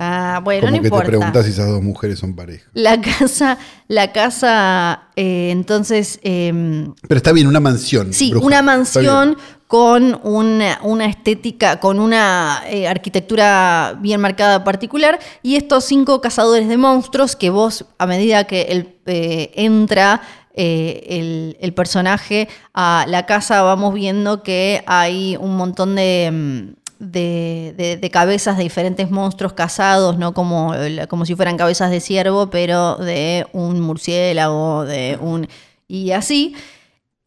Ah, bueno, como no que te importa. preguntas si esas dos mujeres son pareja. La casa, la casa, eh, entonces... em, Pero está bien, una mansión. Sí, bruja. una Está mansión bien. con una, una estética, con una eh, arquitectura bien marcada particular. Y estos cinco cazadores de monstruos que vos, a medida que el, eh, entra eh, el, el personaje a la casa, vamos viendo que hay un montón de... mm, de, de- de cabezas de diferentes monstruos cazados, no como, el- como si fueran cabezas de ciervo, pero de un murciélago, de un... y así.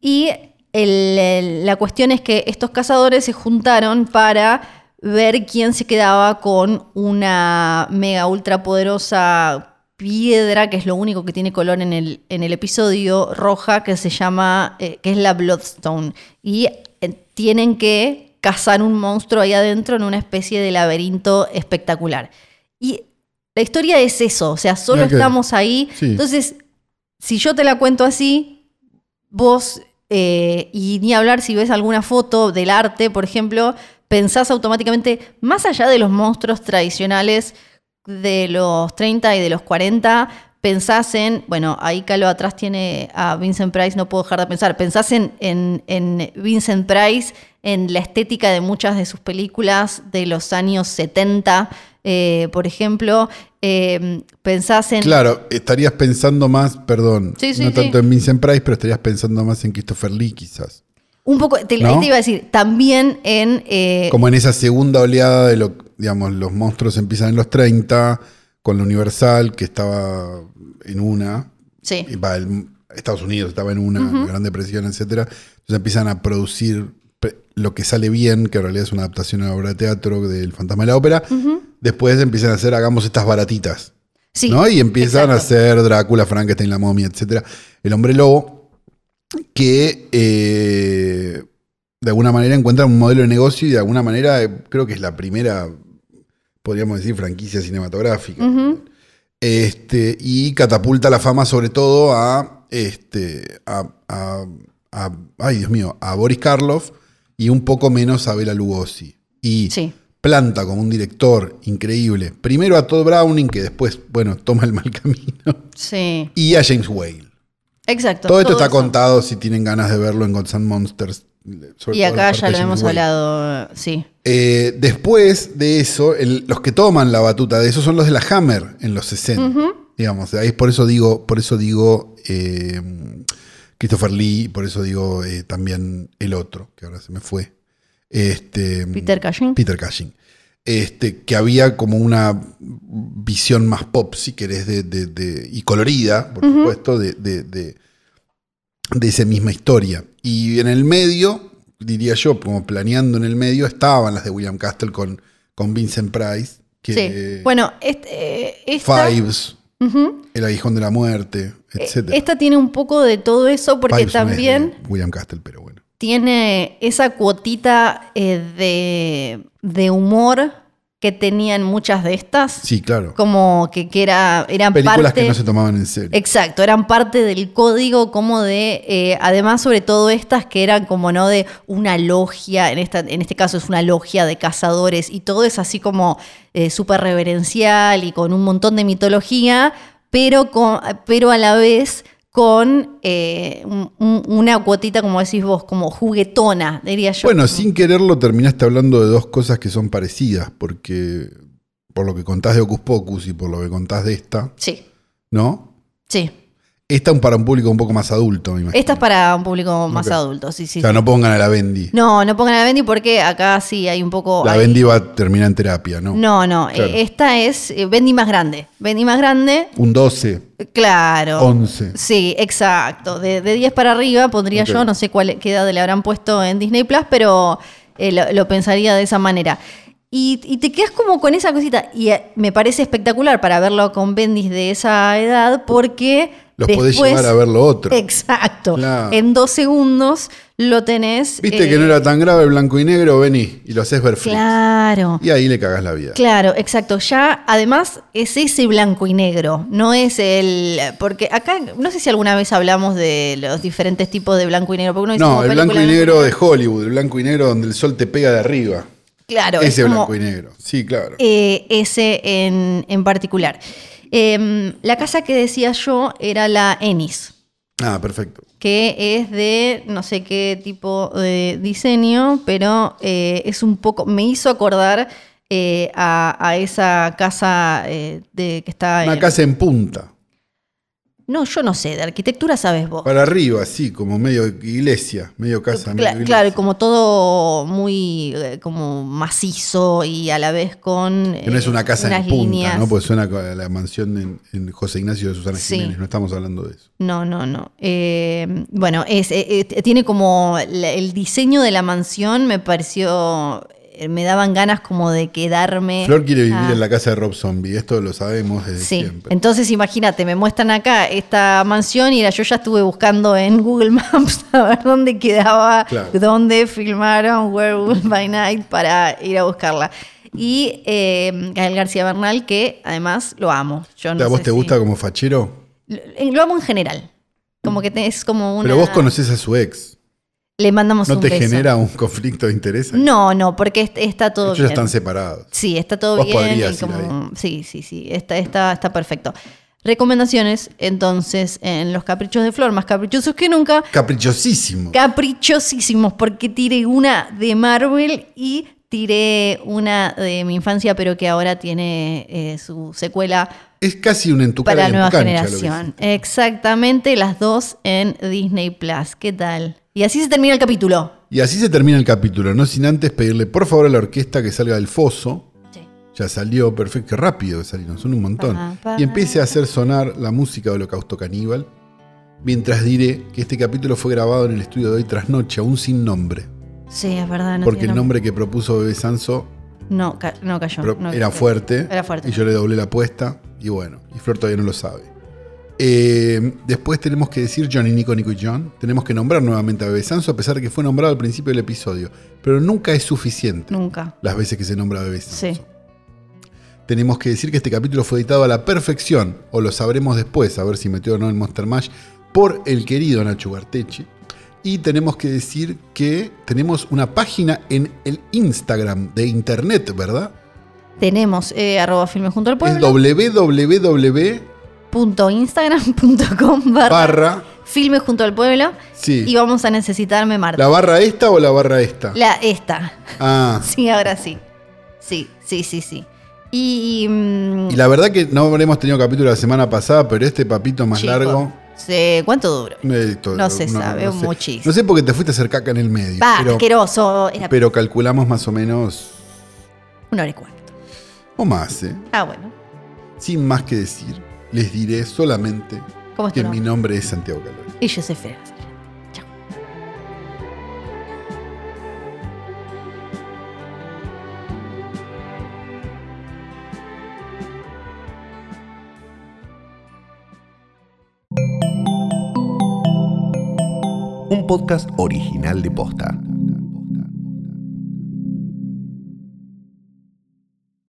Y el- el- la cuestión es que estos cazadores se juntaron para ver quién se quedaba con una mega ultra poderosa piedra, que es lo único que tiene color en el, en el episodio, roja, que se llama, eh, que es la Bloodstone. Y eh, tienen que cazar un monstruo ahí adentro en una especie de laberinto espectacular. Y la historia es eso, o sea, solo Mirá que- estamos ahí. Sí. Entonces, si yo te la cuento así, vos, eh, y ni hablar si ves alguna foto del arte, por ejemplo, pensás automáticamente, más allá de los monstruos tradicionales de los 30 y de los 40, pensás en, bueno, ahí Calo atrás tiene a Vincent Price, no puedo dejar de pensar, pensás en, en- en Vincent Price, en la estética de muchas de sus películas de los años 70, eh, por ejemplo, eh, pensás en... Claro, estarías pensando más, perdón, Sí, sí, no sí. tanto en Vincent Price, pero estarías pensando más en Christopher Lee, quizás. Un poco, te, ahí ¿No? te iba a decir, también en... eh, Como en esa segunda oleada de lo, digamos, los monstruos empiezan en los 30, con la Universal, que estaba en una, sí. y va, el- Estados Unidos estaba en una, la Gran Depresión, etcétera. Entonces empiezan a producir pe- lo que sale bien, que en realidad es una adaptación a la obra de teatro del Fantasma de la Ópera. Después empiezan a hacer, hagamos estas baratitas. Sí, ¿no? Y empiezan exacto. a hacer Drácula, Frankenstein, la momia, etcétera. El hombre lobo, que eh, de alguna manera encuentra un modelo de negocio y de alguna manera eh, creo que es la primera, podríamos decir, franquicia cinematográfica. Ujú. Este, y catapulta la fama sobre todo a, este, a, a- a- ay Dios mío, a Boris Karloff y un poco menos a Bela Lugosi. Y Sí. planta como un director increíble, primero a Todd Browning, que después, bueno, toma el mal <laughs> camino, Sí, y a James Whale. exacto. Todo esto está eso. contado si tienen ganas de verlo en Gods and Monsters. sobre Y todo la acá parte ya de lo James hemos Whale. hablado, sí. Eh, después de eso, el- los que toman la batuta de eso son los de la Hammer en los 60. Digamos, ahí es por eso digo, por eso digo eh, Christopher Lee, por eso digo eh, también el otro, que ahora se me fue. Este, Peter Cushing. Peter Cushing. Este, que había como una visión más pop, si querés, de, de- de- y colorida, por supuesto, de, de- de- de esa misma historia. Y en el medio, diría yo, como planeando en el medio, estaban las de William Castle con, con Vincent Price, que sí. Bueno, este, eh, esta, Fives, Ujú. El Aguijón de la Muerte, Eh, etc. esta tiene un poco de todo eso porque Fives no es de también... William Castle, pero bueno. tiene esa cuotita eh, de, de humor que tenían muchas de estas. Sí, claro. Como que, que era, eran Películas parte. que no se tomaban en serio. Exacto, eran parte del código como de, eh, además sobre todo estas que eran como no de una logia, en, esta, en este caso es una logia de cazadores y todo es así como eh, súper reverencial y con un montón de mitología, pero, con, pero a la vez con eh, un- un- una cuotita, como decís vos, como juguetona, diría yo. Bueno, sin quererlo terminaste hablando de dos cosas que son parecidas, porque por lo que contás de Ocus Pocus y por lo que contás de esta, Sí, ¿no? sí. Esta un- para un público un poco más adulto, me imagino. Esta es para un público más Ok. adulto, sí, sí. o sea, sí. no pongan a la Bendy. No, no pongan a Bendy porque acá sí hay un poco... la hay- Bendy va a terminar en terapia, ¿no? No, no, eh, Claro. esta es eh, Bendy más grande. Bendy más grande, Un 12, eh, claro. 11. Sí, exacto. De, de 10 para arriba pondría Ok. yo, no sé cuál, qué edad le habrán puesto en Disney Plus, pero eh, lo, lo pensaría de esa manera. Y, y te quedas como con esa cosita. Y eh, me parece espectacular para verlo con Bendis de esa edad porque. Los después, podés llevar a ver lo otro. Exacto. Claro. En dos segundos lo tenés. Viste eh, que no era tan grave el blanco y negro, vení y lo haces ver Flix. Claro. Y ahí le cagás la vida. Claro, exacto. Ya, además, es ese blanco y negro, no es el. Porque acá, no sé si alguna vez hablamos de los diferentes tipos de blanco y negro. Porque uno dice No, como el película blanco y negro de Hollywood, el blanco y negro donde el sol te pega de arriba. Claro, Ese es como, blanco y negro. Sí, claro. eh, ese en, en particular. Em, la casa que decía yo era la Ennis, Ah, perfecto. que es de no sé qué tipo de diseño, pero eh, es un poco. Me hizo acordar. eh, a, a esa casa eh, de, que está Una en- casa en punta. No, yo no sé, de arquitectura sabes vos. Para arriba, así, como medio iglesia, medio casa. Cla- medio iglesia. claro, y como todo muy eh, como macizo y a la vez con Que no es eh, una casa unas en punta, líneas. ¿no? Pues- Porque suena a la mansión en, en José Ignacio de Susana Sí. Jiménez, no estamos hablando de eso. No, no, no. Eh, bueno, es, eh, eh, tiene como la- el diseño de la mansión me pareció, eh, me daban ganas como de quedarme. Flor quiere vivir Ah. en la casa de Rob Zombie, esto lo sabemos desde Sí, siempre. entonces imagínate, me muestran acá esta mansión y la- yo ya estuve buscando en <laughs> Google Maps a ver dónde quedaba, Claro. dónde filmaron Werewolf by Night para ir a buscarla. Y eh, Gael García Bernal, que además lo amo. Yo O no sea, ¿Vos sé te si- gusta como fachero? Lo, eh, lo amo en general. Como que te- es como una... Pero vos conocés a su ex. Le mandamos ¿No un te beso. genera un conflicto de interés? ahí? No, no, porque est- está todo Ellos ya bien. están separados. Sí, está todo Vos bien. podrías y ir como- sí, sí, sí, está, está, está perfecto. Recomendaciones, entonces, en los caprichos de Flor, más caprichosos que nunca, Caprichosísimo. caprichosísimos, porque tiré una de Marvel y tiré una de mi infancia, pero que ahora tiene eh, su secuela es casi un en tu para cara la y en nueva tu cancha, lo que generación. Exactamente, las dos en Disney Plus. ¿Qué tal? Y así se termina el capítulo. Y así se termina el capítulo, no sin antes pedirle por favor a la orquesta que salga del foso. Sí. Ya salió perfecto, qué rápido salieron, son un montón. Pa, pa. Y empiece a hacer sonar la música de Holocausto Caníbal, mientras diré que este capítulo fue grabado en el estudio de hoy tras noche, aún sin nombre, Sí, es verdad. No porque tiene el nombre que propuso Bebe Sanso No, ca- no cayó. pero no era cayó. fuerte. Era fuerte. Y yo le doblé la apuesta. Y bueno, y Flor todavía no lo sabe. Eh, después tenemos que decir Johnny, Nico, Nico y John. Tenemos que nombrar nuevamente a Bebe Sanso, a pesar de que fue nombrado al principio del episodio. Pero nunca es suficiente Nunca. las veces que se nombra a Bebe Sanso. Sí. Tenemos que decir que este capítulo fue editado a la perfección, o lo sabremos después, a ver si metió o no el Monster Mash, por el querido Nacho Gartechi. Y tenemos que decir que tenemos una página en el Instagram de Internet, ¿verdad? Tenemos eh, arroba filme junto al es pueblo. www.barra. Punto Instagram <laughs> punto com barra, filme junto al pueblo. Sí. Y vamos a necesitarme Marta. ¿La barra esta o la barra esta? La, esta. <laughs> Ah. Sí, ahora sí. Sí, sí, sí, sí. Y, mm, Y la verdad que no habremos tenido capítulo la semana pasada, pero este papito más Chico. largo sé cuánto duró. Eh, todo- No se sabe sé. muchísimo. No sé por qué te fuiste a hacer caca en el medio. Va, pero, asqueroso. Era pero calculamos más o menos. una hora y cuarto. O más, ¿eh? Ah, bueno. Sin más que decir, les diré solamente ¿Cómo es tu que mi nombre? nombre es Santiago Calori. Y yo soy Fede Basile. Un podcast original de Posta.